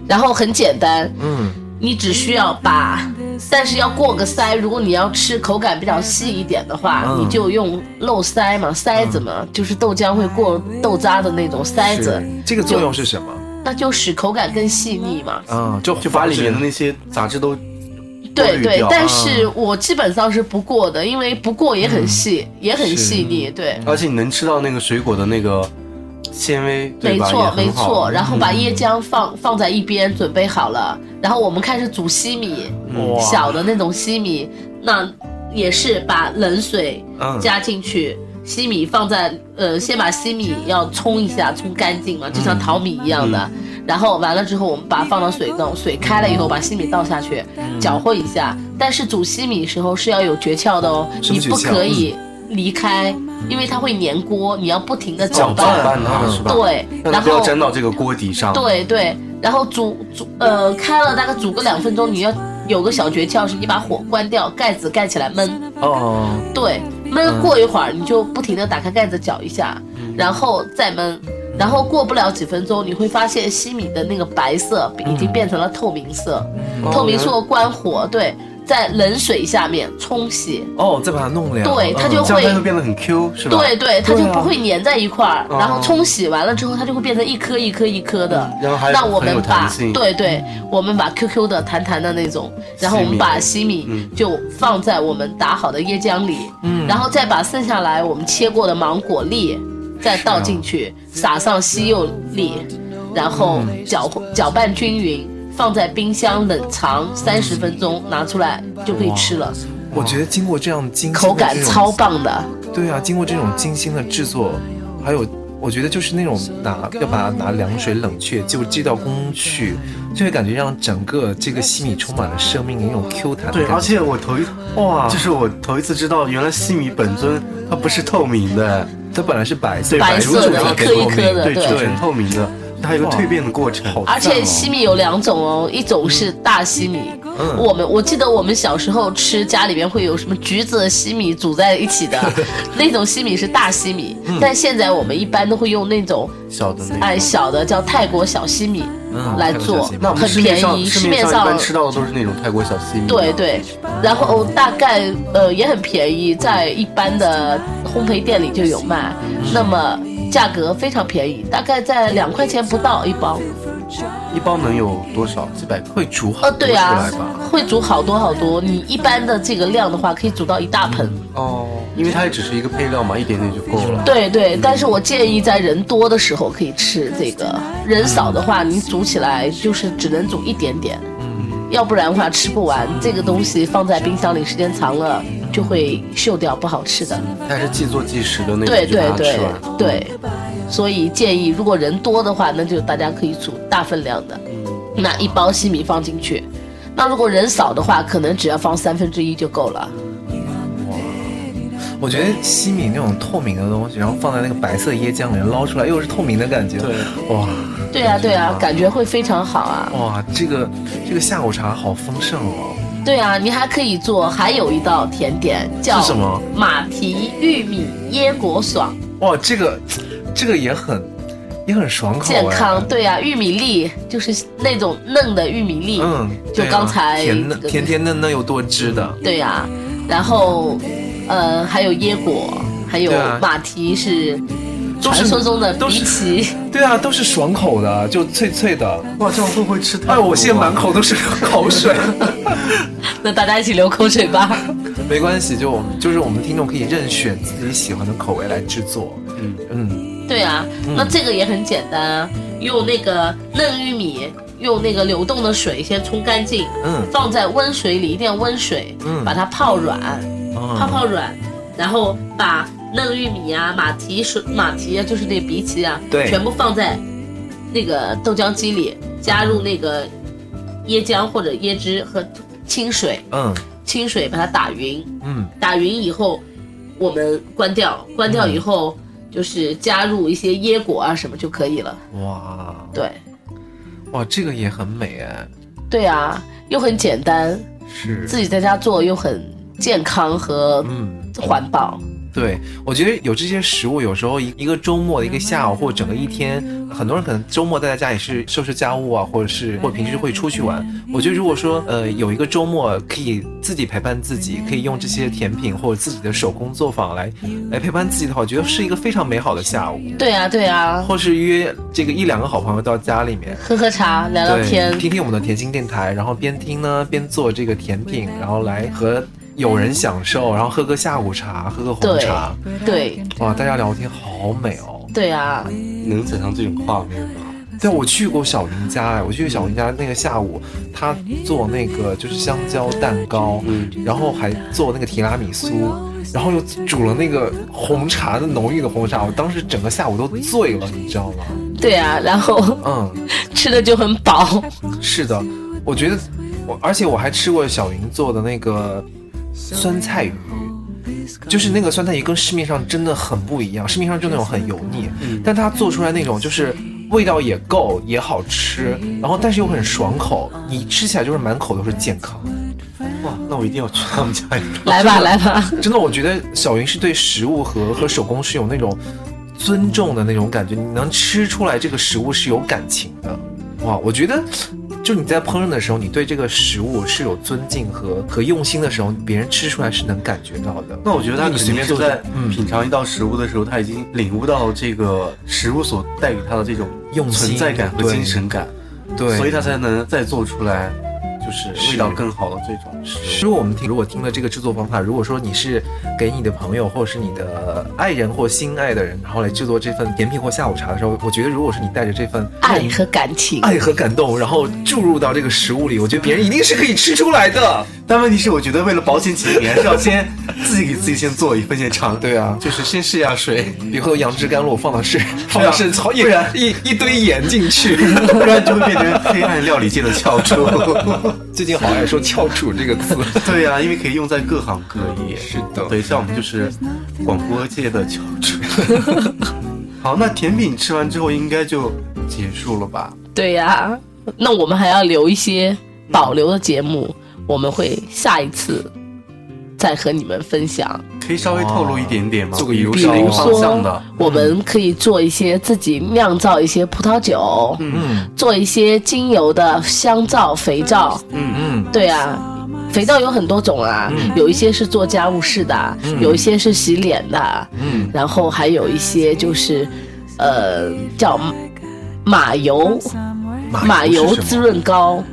Speaker 3: 然后很简单，
Speaker 1: 嗯
Speaker 3: 你只需要把，但是要过个筛，如果你要吃口感比较细一点的话，
Speaker 1: 嗯
Speaker 3: 你就用漏筛嘛，筛子嘛，就是豆浆会过豆渣的那种筛子，
Speaker 1: 是这个作用是什么？
Speaker 3: 那就使口感更细腻嘛，
Speaker 1: 啊，就
Speaker 2: 就把里面的那些杂质都过
Speaker 3: 对
Speaker 2: 滤
Speaker 3: 对
Speaker 2: 掉，
Speaker 3: 但是我基本上是不过的，因为不过也很细，也很细腻，对，
Speaker 2: 而且你能吃到那个水果的那个纤维，对
Speaker 3: 没
Speaker 2: 吧？
Speaker 3: 错
Speaker 2: 也
Speaker 3: 没
Speaker 2: 很好嗯
Speaker 3: 错。然后把椰浆放放在一边，准备好了，然后我们开始煮西米，
Speaker 1: 哇
Speaker 3: 小的那种西米，那也是把冷水
Speaker 1: 嗯
Speaker 3: 加进去。西米放在呃，先把西米要冲一下，冲干净嘛，就
Speaker 2: 嗯
Speaker 3: 像淘米一样的。然后完了之后，我们把它放到水中，水开了以后，把西米倒下去，
Speaker 2: 嗯
Speaker 3: 搅和一下。但是煮西米时候是要有诀窍的哦，
Speaker 1: 什么
Speaker 3: 你
Speaker 1: 诀窍
Speaker 3: 不可以离开，因为它会粘锅，你要不停的
Speaker 2: 嗯搅
Speaker 3: 拌。啊
Speaker 2: 拌它是吧？，
Speaker 3: 对，
Speaker 2: 让它
Speaker 3: 然
Speaker 2: 不要
Speaker 3: 后
Speaker 2: 粘到这个锅底上。，
Speaker 3: 对对，然后煮煮呃开了大概煮个两分钟，你要有个小诀窍是你把火关掉，盖子盖起来焖。
Speaker 1: 哦，
Speaker 3: 对，
Speaker 2: 嗯
Speaker 3: 焖过一会儿，你就不停的打开盖子搅一下，然后再焖。
Speaker 2: 嗯
Speaker 3: 然后过不了几分钟，你会发现西米的那个白色
Speaker 2: 嗯
Speaker 3: 已经变成了透明色，
Speaker 2: 哦
Speaker 3: 透明色关火，对，在冷水下面冲洗，
Speaker 1: 哦，再把它弄凉，
Speaker 3: 对，它
Speaker 1: 嗯
Speaker 3: 就
Speaker 2: 这样它
Speaker 3: 会
Speaker 2: 会变得很 Q，是吧？
Speaker 3: 对，对，它就
Speaker 2: 啊
Speaker 3: 不会粘在一块儿。
Speaker 2: 哦
Speaker 3: 然后冲洗完了之后，它就会变成一颗一颗一颗的。
Speaker 2: 嗯然后还
Speaker 3: 那我
Speaker 2: 很有
Speaker 3: 们
Speaker 2: 弹
Speaker 3: 把
Speaker 2: 性。，
Speaker 3: 对对，我们把 QQ 的弹弹的那种，然后我们把西米
Speaker 2: 嗯
Speaker 3: 就放在我们打好的椰浆里，然后再把剩下来我们切过的芒果粒再
Speaker 2: 啊
Speaker 3: 倒进去，撒上西柚粒，然后
Speaker 2: 嗯
Speaker 3: 搅和搅拌均匀。放在冰箱冷藏三十分钟，拿出来就可以吃了，
Speaker 1: 我觉得经过这样精心的
Speaker 3: 口感
Speaker 1: 这种
Speaker 3: 超棒的。
Speaker 1: 对啊，经过这种精心的制作，还有我觉得就是那种拿要把它拿凉水冷却，就寄到宫去，就会感觉让整个这个西米充满了生命的那种 Q 弹的
Speaker 2: 对，
Speaker 1: 感觉
Speaker 2: 而且我头一
Speaker 1: 哇，
Speaker 2: 就
Speaker 1: 就是
Speaker 2: 是我头一次知道，原来西米本尊它不是透明的，
Speaker 1: 它本来是白色
Speaker 2: 对，
Speaker 3: 白
Speaker 2: 煮
Speaker 3: 色
Speaker 2: 成
Speaker 3: 的
Speaker 2: 透
Speaker 3: 一颗一
Speaker 2: 明
Speaker 3: 颗的
Speaker 2: 对，
Speaker 3: 对
Speaker 2: 煮成透明的，它有一个蜕变的过程。
Speaker 1: 好
Speaker 3: 而且
Speaker 1: 赞哦
Speaker 3: 西米有两种哦，一种是大西米，
Speaker 1: 嗯
Speaker 3: 我们我记得我们小时候吃家里边会有什么橘子、西米煮在一 起的，那种西米是大西
Speaker 2: 嗯
Speaker 3: 米，但现在我们一般都会用那种
Speaker 2: 小的那
Speaker 3: 哎
Speaker 2: 个，
Speaker 3: 小的叫泰国小西米，
Speaker 1: 嗯
Speaker 3: 来
Speaker 1: 看着
Speaker 3: 做
Speaker 1: 小西，
Speaker 2: 那我们
Speaker 3: 很
Speaker 2: 市面
Speaker 3: 便
Speaker 2: 上
Speaker 3: 宜，
Speaker 2: 市
Speaker 3: 面
Speaker 2: 上一般
Speaker 3: 上
Speaker 2: 吃到的都是那种泰国小西米，啊
Speaker 3: 对，对，然后大概呃也很便宜，在一般的烘焙店里就有卖，
Speaker 2: 嗯
Speaker 3: 那么价格非常便宜，大概在两块钱不到一包。
Speaker 2: 一包能有多少？几百克？
Speaker 1: 会煮好
Speaker 3: 呃，
Speaker 1: 多
Speaker 3: 对
Speaker 1: 出
Speaker 3: 啊
Speaker 1: 来吧？，
Speaker 3: 会煮好多好多。你一般的这个量的话，可以煮到一大盆。
Speaker 2: 哦，因为它也只是一个配料嘛，一点点就够了。
Speaker 3: 对对，但是我建议在人多的时候可以吃这个，人少的话，你煮起来就是只能煮一点点，要不然的话吃不完。这个东西放在冰箱里时间长了就会锈掉，不好吃的。
Speaker 2: 它也是即做即食的那种，
Speaker 3: 对
Speaker 2: 就
Speaker 3: 对
Speaker 2: 把它
Speaker 3: 对
Speaker 2: 吃完。
Speaker 3: 对，所以建议如果人多的话，那就大家可以煮大分量的，那一包西米放进去。那如果人少的话，可能只要放三分之一就够了。
Speaker 1: 我觉得西米那种透明的东西，然后放在那个白色椰浆里捞出来，又是透明的感觉。
Speaker 2: 对，
Speaker 1: 哇
Speaker 3: 对啊，对啊，感觉会非常好啊。
Speaker 1: 哇，这个这个下午茶好丰盛哦！
Speaker 3: 对啊，你还可以做，还有一道甜点叫
Speaker 1: 是什么？
Speaker 3: 马蹄玉米椰果爽，
Speaker 1: 哇，这个这个也很也很爽口、哎，
Speaker 3: 健康。对啊，玉米粒就是那种嫩的玉米粒。
Speaker 1: 嗯，
Speaker 3: 就
Speaker 1: 对啊
Speaker 3: 刚才
Speaker 1: 甜嫩
Speaker 3: 这个
Speaker 1: 甜甜嫩嫩又多汁的，
Speaker 3: 对呀、然后，呃，还有椰果，还有
Speaker 1: 对啊
Speaker 3: 马蹄是
Speaker 1: 都是
Speaker 3: 传说中的
Speaker 1: 都
Speaker 3: 比
Speaker 1: 是
Speaker 3: 奇，
Speaker 1: 对啊，都是爽口的，就脆脆的。
Speaker 2: 哇，这样会不会吃太多啊？
Speaker 1: 哎，我现在满口都是口 水。
Speaker 3: 那大家一起流口水吧。
Speaker 1: 没关系，就我们就是我们听众可以任选自己喜欢的口味来制作。嗯嗯，
Speaker 3: 对啊，那这个也很简单啊，用那个嫩玉米，用那个流动的水先冲干净，
Speaker 1: 嗯
Speaker 3: 放在温水里，一定要温水，
Speaker 1: 嗯
Speaker 3: 把它泡软，
Speaker 1: 哦
Speaker 3: 泡泡软，然后把嫩玉米啊、马蹄水、马蹄啊，就是那荸荠啊，
Speaker 1: 对
Speaker 3: 全部放在那个豆浆机里，加入那个椰浆或者椰汁和清水，
Speaker 1: 嗯
Speaker 3: 清水把它打匀，
Speaker 1: 嗯
Speaker 3: 打匀以后，我们关掉，关掉以后、就是加入一些椰果啊什么就可以了。
Speaker 1: 哇
Speaker 3: 对，
Speaker 1: 哇，这个也很美哎，
Speaker 3: 对啊，又很简单，
Speaker 1: 是
Speaker 3: 自己在家做又很健康和
Speaker 1: 嗯，
Speaker 3: 环保。
Speaker 1: 对，我觉得有这些食物，有时候一一个周末的一个下午或整个一天，很多人可能周末待在家里是收拾家务啊，或者是或者平时会出去玩。我觉得如果说呃有一个周末可以自己陪伴自己，可以用这些甜品或者自己的手工作坊来来陪伴自己的话，我觉得是一个非常美好的下午。
Speaker 3: 对啊，对啊，
Speaker 1: 或是约这个一两个好朋友到家里面，
Speaker 3: 喝喝茶，聊聊
Speaker 1: 对，
Speaker 3: 天。
Speaker 1: 听听我们的甜心电台，然后边听呢边做这个甜品，然后来和友人享受，然后喝个下午茶，喝个红
Speaker 3: 对
Speaker 1: 茶，
Speaker 3: 对
Speaker 1: 哇，大家聊天好美哦。
Speaker 3: 对啊，
Speaker 2: 能想象这种画面吗？
Speaker 1: 对，啊我去过小林家哎，我去小林家那个下午，他做那个就是香蕉蛋糕，然后还做那个提拉米苏，然后又煮了那个红茶的浓郁的红茶，我当时整个下午都醉了，你知道吗？
Speaker 3: 对啊，然后
Speaker 1: 嗯。
Speaker 3: 吃的就很饱。
Speaker 1: 是的，我觉得我，而且我还吃过小云做的那个酸菜鱼，就是那个酸菜鱼跟市面上真的很不一样，市面上就那种很油腻，但它做出来那种就是。味道也够，也好吃，然后但是又很爽口，你吃起来就是满口都是健康。
Speaker 2: 哇，那我一定要去他们家一趟。
Speaker 3: 来吧，来吧，
Speaker 1: 真的，我觉得小云是对食物和和手工是有那种尊重的那种感觉，你能吃出来这个食物是有感情的。哇，我觉得就你在烹饪的时候，你对这个食物是有尊敬和和用心的时候，别人吃出来是能感觉到的。
Speaker 2: 那我觉得他
Speaker 1: 你
Speaker 2: 肯
Speaker 1: 随
Speaker 2: 定
Speaker 1: 便
Speaker 2: 是
Speaker 1: 做
Speaker 2: 在
Speaker 1: 嗯
Speaker 2: 品尝一道食物的时候，他已经领悟到这个食物所带给他的这种
Speaker 1: 用心
Speaker 2: 存在感和
Speaker 1: 对
Speaker 2: 精神感，
Speaker 1: 对，
Speaker 2: 所以他才能再做出来就是
Speaker 1: 是
Speaker 2: 味道更好的这种食物。
Speaker 1: 如果我们听，如果听了这个制作方法，如果说你是给你的朋友或者是你的爱人或心爱的人，然后来制作这份甜品或下午茶的时候，我觉得如果是你带着这份
Speaker 3: 爱和感情。
Speaker 1: 爱和感动，然后注入到这个食物里，我觉得别人一定是可以吃出来的。
Speaker 2: 但问题是，我觉得为了保险起见，你还是要先自己给自己先做一份先尝。
Speaker 1: 对啊
Speaker 2: 就是先试一下水，
Speaker 1: 比如说杨枝甘露放到是
Speaker 3: 啊
Speaker 1: 放到是从一然一一堆盐进 去。
Speaker 2: 不然就会变成黑暗料理界的翘楚。
Speaker 1: 最近好爱说“翘楚”这个词。
Speaker 2: 对呀、因为可以用在各行各业。
Speaker 1: 是的
Speaker 2: 对，像我们就是广播界的翘 楚。好，那甜品吃完之后应该就结束了吧？
Speaker 3: 对呀、那
Speaker 2: 嗯
Speaker 3: 我们还要留一些保留的节目，我们会下一次再和你们分享。
Speaker 2: 可以稍微透露一点
Speaker 1: 哦
Speaker 2: 点吗？
Speaker 7: 做个
Speaker 2: 比如
Speaker 7: 比
Speaker 2: 是哪
Speaker 3: 比
Speaker 2: 个
Speaker 3: 如
Speaker 2: 方向
Speaker 3: 说
Speaker 2: 的？，
Speaker 3: 我们可以做一些自己酿造一些葡萄酒，
Speaker 1: 嗯
Speaker 3: 做一些精油的香皂、肥皂。
Speaker 1: 嗯
Speaker 3: 对啊，肥皂有很多种啊，
Speaker 2: 嗯
Speaker 3: 有一些是做家务事的，有一些是洗脸的，
Speaker 1: 嗯
Speaker 3: 然后还有一些就是，呃，叫马油，
Speaker 1: 啊
Speaker 3: 马油滋润膏。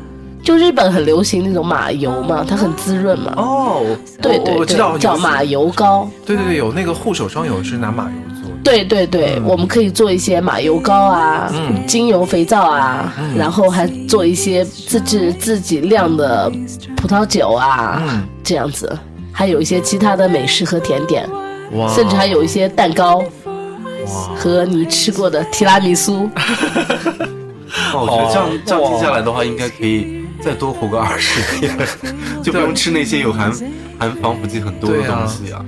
Speaker 3: 就日本很流行那种马油嘛，它很滋润嘛。
Speaker 1: 哦，
Speaker 3: 对
Speaker 1: 我
Speaker 3: 对
Speaker 1: 我知道
Speaker 3: 对，叫马
Speaker 1: 油，
Speaker 3: 油膏。
Speaker 1: 对对对，有那个护手霜有是拿马油做的，
Speaker 3: 对对对，我们可以做一些马油膏啊，
Speaker 1: 嗯
Speaker 3: 精油肥皂啊，然后还做一些自制自己酿的葡萄酒啊，
Speaker 1: 嗯
Speaker 3: 这样子，还有一些其他的美食和甜点，
Speaker 1: 哇
Speaker 3: 甚至还有一些蛋糕。和你吃过的提拉米苏，
Speaker 2: 哦，我觉得这样这样听下来的话，应该可以再多活个二十年， 就不用吃那些有含含防腐剂很多的
Speaker 1: 啊对啊
Speaker 2: 东西啊。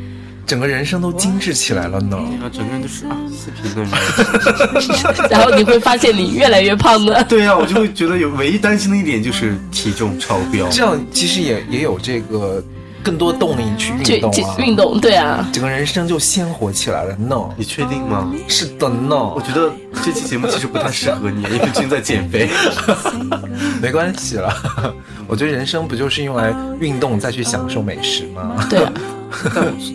Speaker 1: 整个人生都精致起来了呢。
Speaker 2: 啊，整个人就是啊，四平的 人。
Speaker 3: 然后你会发现你越来越胖的。
Speaker 2: 对呀、啊，我就会觉得有唯一担心的一点就是体重超标。
Speaker 1: 这样其实也也有这个更多动力去
Speaker 3: 就
Speaker 1: 运动
Speaker 3: 就
Speaker 1: 啊，
Speaker 3: 运动，对啊，
Speaker 1: 整个人生就鲜活起来了呢。
Speaker 2: 你确定吗？
Speaker 1: 是的呢
Speaker 2: 我，觉得这期节目其实不太适合你，因为君在减 肥。
Speaker 1: 没关系了。我觉得人生不就是用来运动再去享受美食 吗？
Speaker 3: 对啊，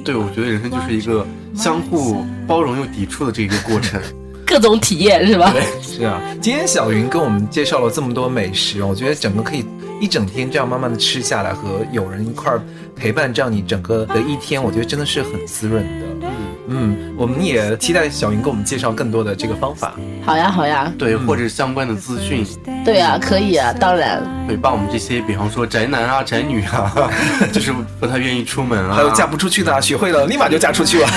Speaker 2: 对，我觉得人生就是一个相互包容又抵触的这一个过程。
Speaker 3: 各种体验是吧？
Speaker 1: 是啊，今天小云跟我们介绍了这么多美食，我觉得整个可以一整天这样慢慢的吃下来，和有人一块儿陪伴，这样你整个的一天，我觉得真的是很滋润的。嗯，我们也期待小云给我们介绍更多的这个方法。
Speaker 3: 好呀，好呀，
Speaker 2: 对，或者相关的资讯，
Speaker 3: 对啊，可以啊，当然，
Speaker 2: 对，把我们这些，比方说宅男啊、宅女啊， 就是不太愿意出门啊，
Speaker 1: 还有嫁不出去的，学会了立马就嫁出 去了。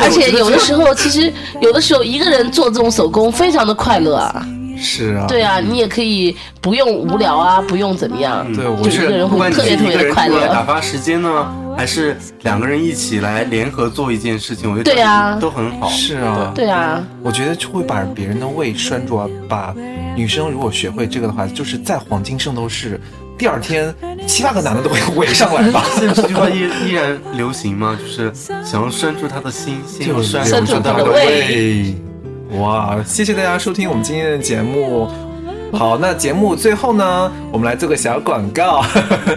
Speaker 3: 而且有的时候，其实有的时候一个人做这种手工非常的快乐啊。
Speaker 2: 嗯
Speaker 1: 是啊，
Speaker 3: 对啊，你也可以不用无聊啊，不用怎么
Speaker 2: 嗯
Speaker 3: 样，
Speaker 1: 对我
Speaker 2: 就
Speaker 3: 就一个
Speaker 2: 是
Speaker 3: 人
Speaker 2: 不
Speaker 3: 会
Speaker 2: 管你
Speaker 3: 特
Speaker 2: 是
Speaker 3: 别
Speaker 2: 一
Speaker 3: 特别
Speaker 2: 个
Speaker 3: 的
Speaker 2: 人
Speaker 3: 快
Speaker 2: 出来打
Speaker 3: 乐。
Speaker 2: 发时间呢，还是两个人一起来联合做一件事情，我觉得
Speaker 3: 对啊
Speaker 2: 都很好。
Speaker 1: 是啊，
Speaker 3: 对啊，
Speaker 1: 我觉得就会把别人的胃拴住啊。把女生如果学会这个的话，就是在黄金圣斗士，第二天七八个男的都会围上来吧。
Speaker 2: 现在这句话依依然流行吗？就是想要拴住他的心，心要拴
Speaker 3: 拴住
Speaker 2: 住
Speaker 3: 他
Speaker 2: 他
Speaker 3: 的
Speaker 2: 的
Speaker 3: 胃
Speaker 2: 胃。
Speaker 1: 哇，谢谢大家收听我们今天的节目。好，那节目最后呢，我们来做个小广告。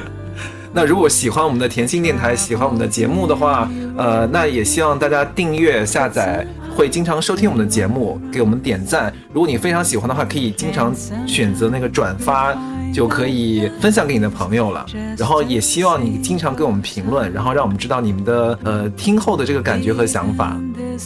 Speaker 1: 那如果喜欢我们的甜心电台，喜欢我们的节目的话，呃，那也希望大家订阅、下载，会经常收听我们的节目，给我们点赞。如果你非常喜欢的话，可以经常选择那个转发，就可以分享给你的朋友了。然后也希望你经常给我们评论，然后让我们知道你们的呃听后的这个感觉和想法。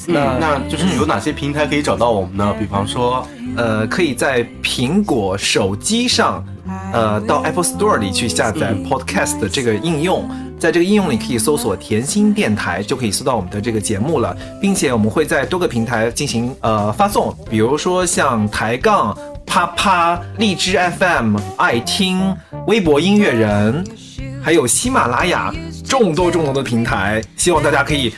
Speaker 2: 嗯，那就是有哪些平台可以找到我们呢？比方说，
Speaker 1: 呃，可以在苹果手机上，呃，到 Apple Store 里去下载 Podcast 的这个应用，在这个应用里可以搜索“甜心电台”，就可以搜到我们的这个节目了，并且我们会在多个平台进行呃发送，比如说像抬杠、啪啪、荔枝 FM、爱听、微博音乐人，还有喜马拉雅众多众多的平台，希望大家可以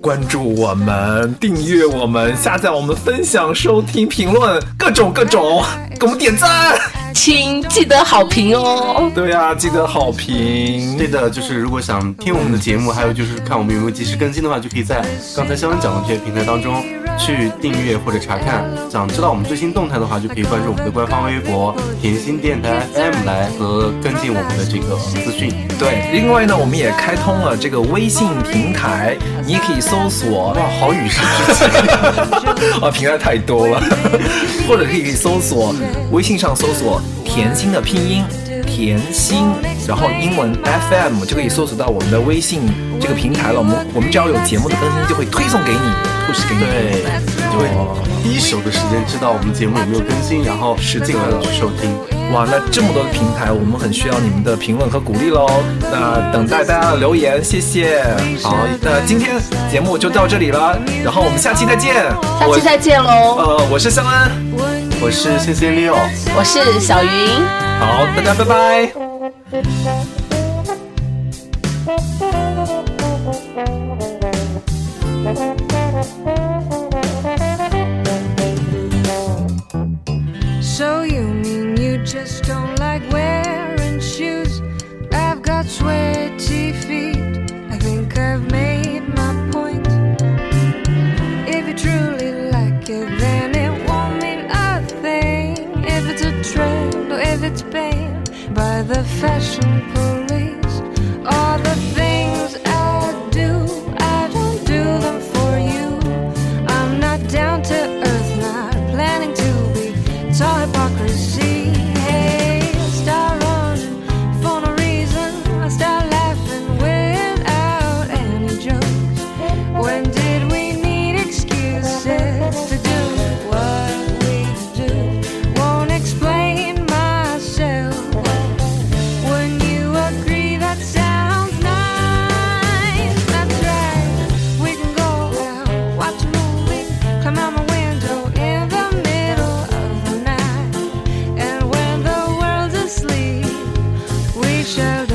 Speaker 1: 关注我们、订阅我们、下载我们、分享、收听、评论，各种各种，给我们点赞。
Speaker 3: 请记得好评哦。
Speaker 1: 对呀、记得好评。
Speaker 2: 对的，就是如果想听我们的节目，还有就是看我们有没有及时更新的话，就可以在刚才肖恩讲的这些平台当中去订阅或者查看。想知道我们最新动态的话，就可以关注我们的官方微博“甜心电台 FM” 来和跟进我们的这个资讯。
Speaker 1: 对，另外呢，我们也开通了这个微信平台，你也可以搜索哇，好语是 啊，平台太多了， 或者可以搜索微信上搜索“甜心”的拼音“甜心”，然后英文 FM 就可以搜索到我们的微信这个平台了。我们我们只要有节目的更新，就会推送给你，push 给你。
Speaker 2: 对，你就会第一手的时间知道我们节目有没有更新，然后是进而去收听。
Speaker 1: 哇，那这么多的平台，我们很需要你们的评论和鼓励喽。那等待大家的留言，谢谢。好，那今天节目就到这里了，然后我们下期再见。
Speaker 3: 下期再见喽，
Speaker 2: 哦
Speaker 1: 呃，我是肖恩。
Speaker 2: 我是谢谢 Leo。
Speaker 3: 我是小云。
Speaker 1: 好，大家拜拜。
Speaker 8: So you mean you just don't like wearing shoes? I've got sweaty feet. fashion police. All the things I do, I don't do them for you. I'm not down to earth, not planning to be. It's all hypocrisy. Hey, I start running for no reason. I start laughing without any jokes. When did we need excuses to do what we do? Won't explain myself. When you agree, that sounds nice. That's right. We can go out, watch a movie, climb out my window in the middle of the night. And when the world's asleep, we shall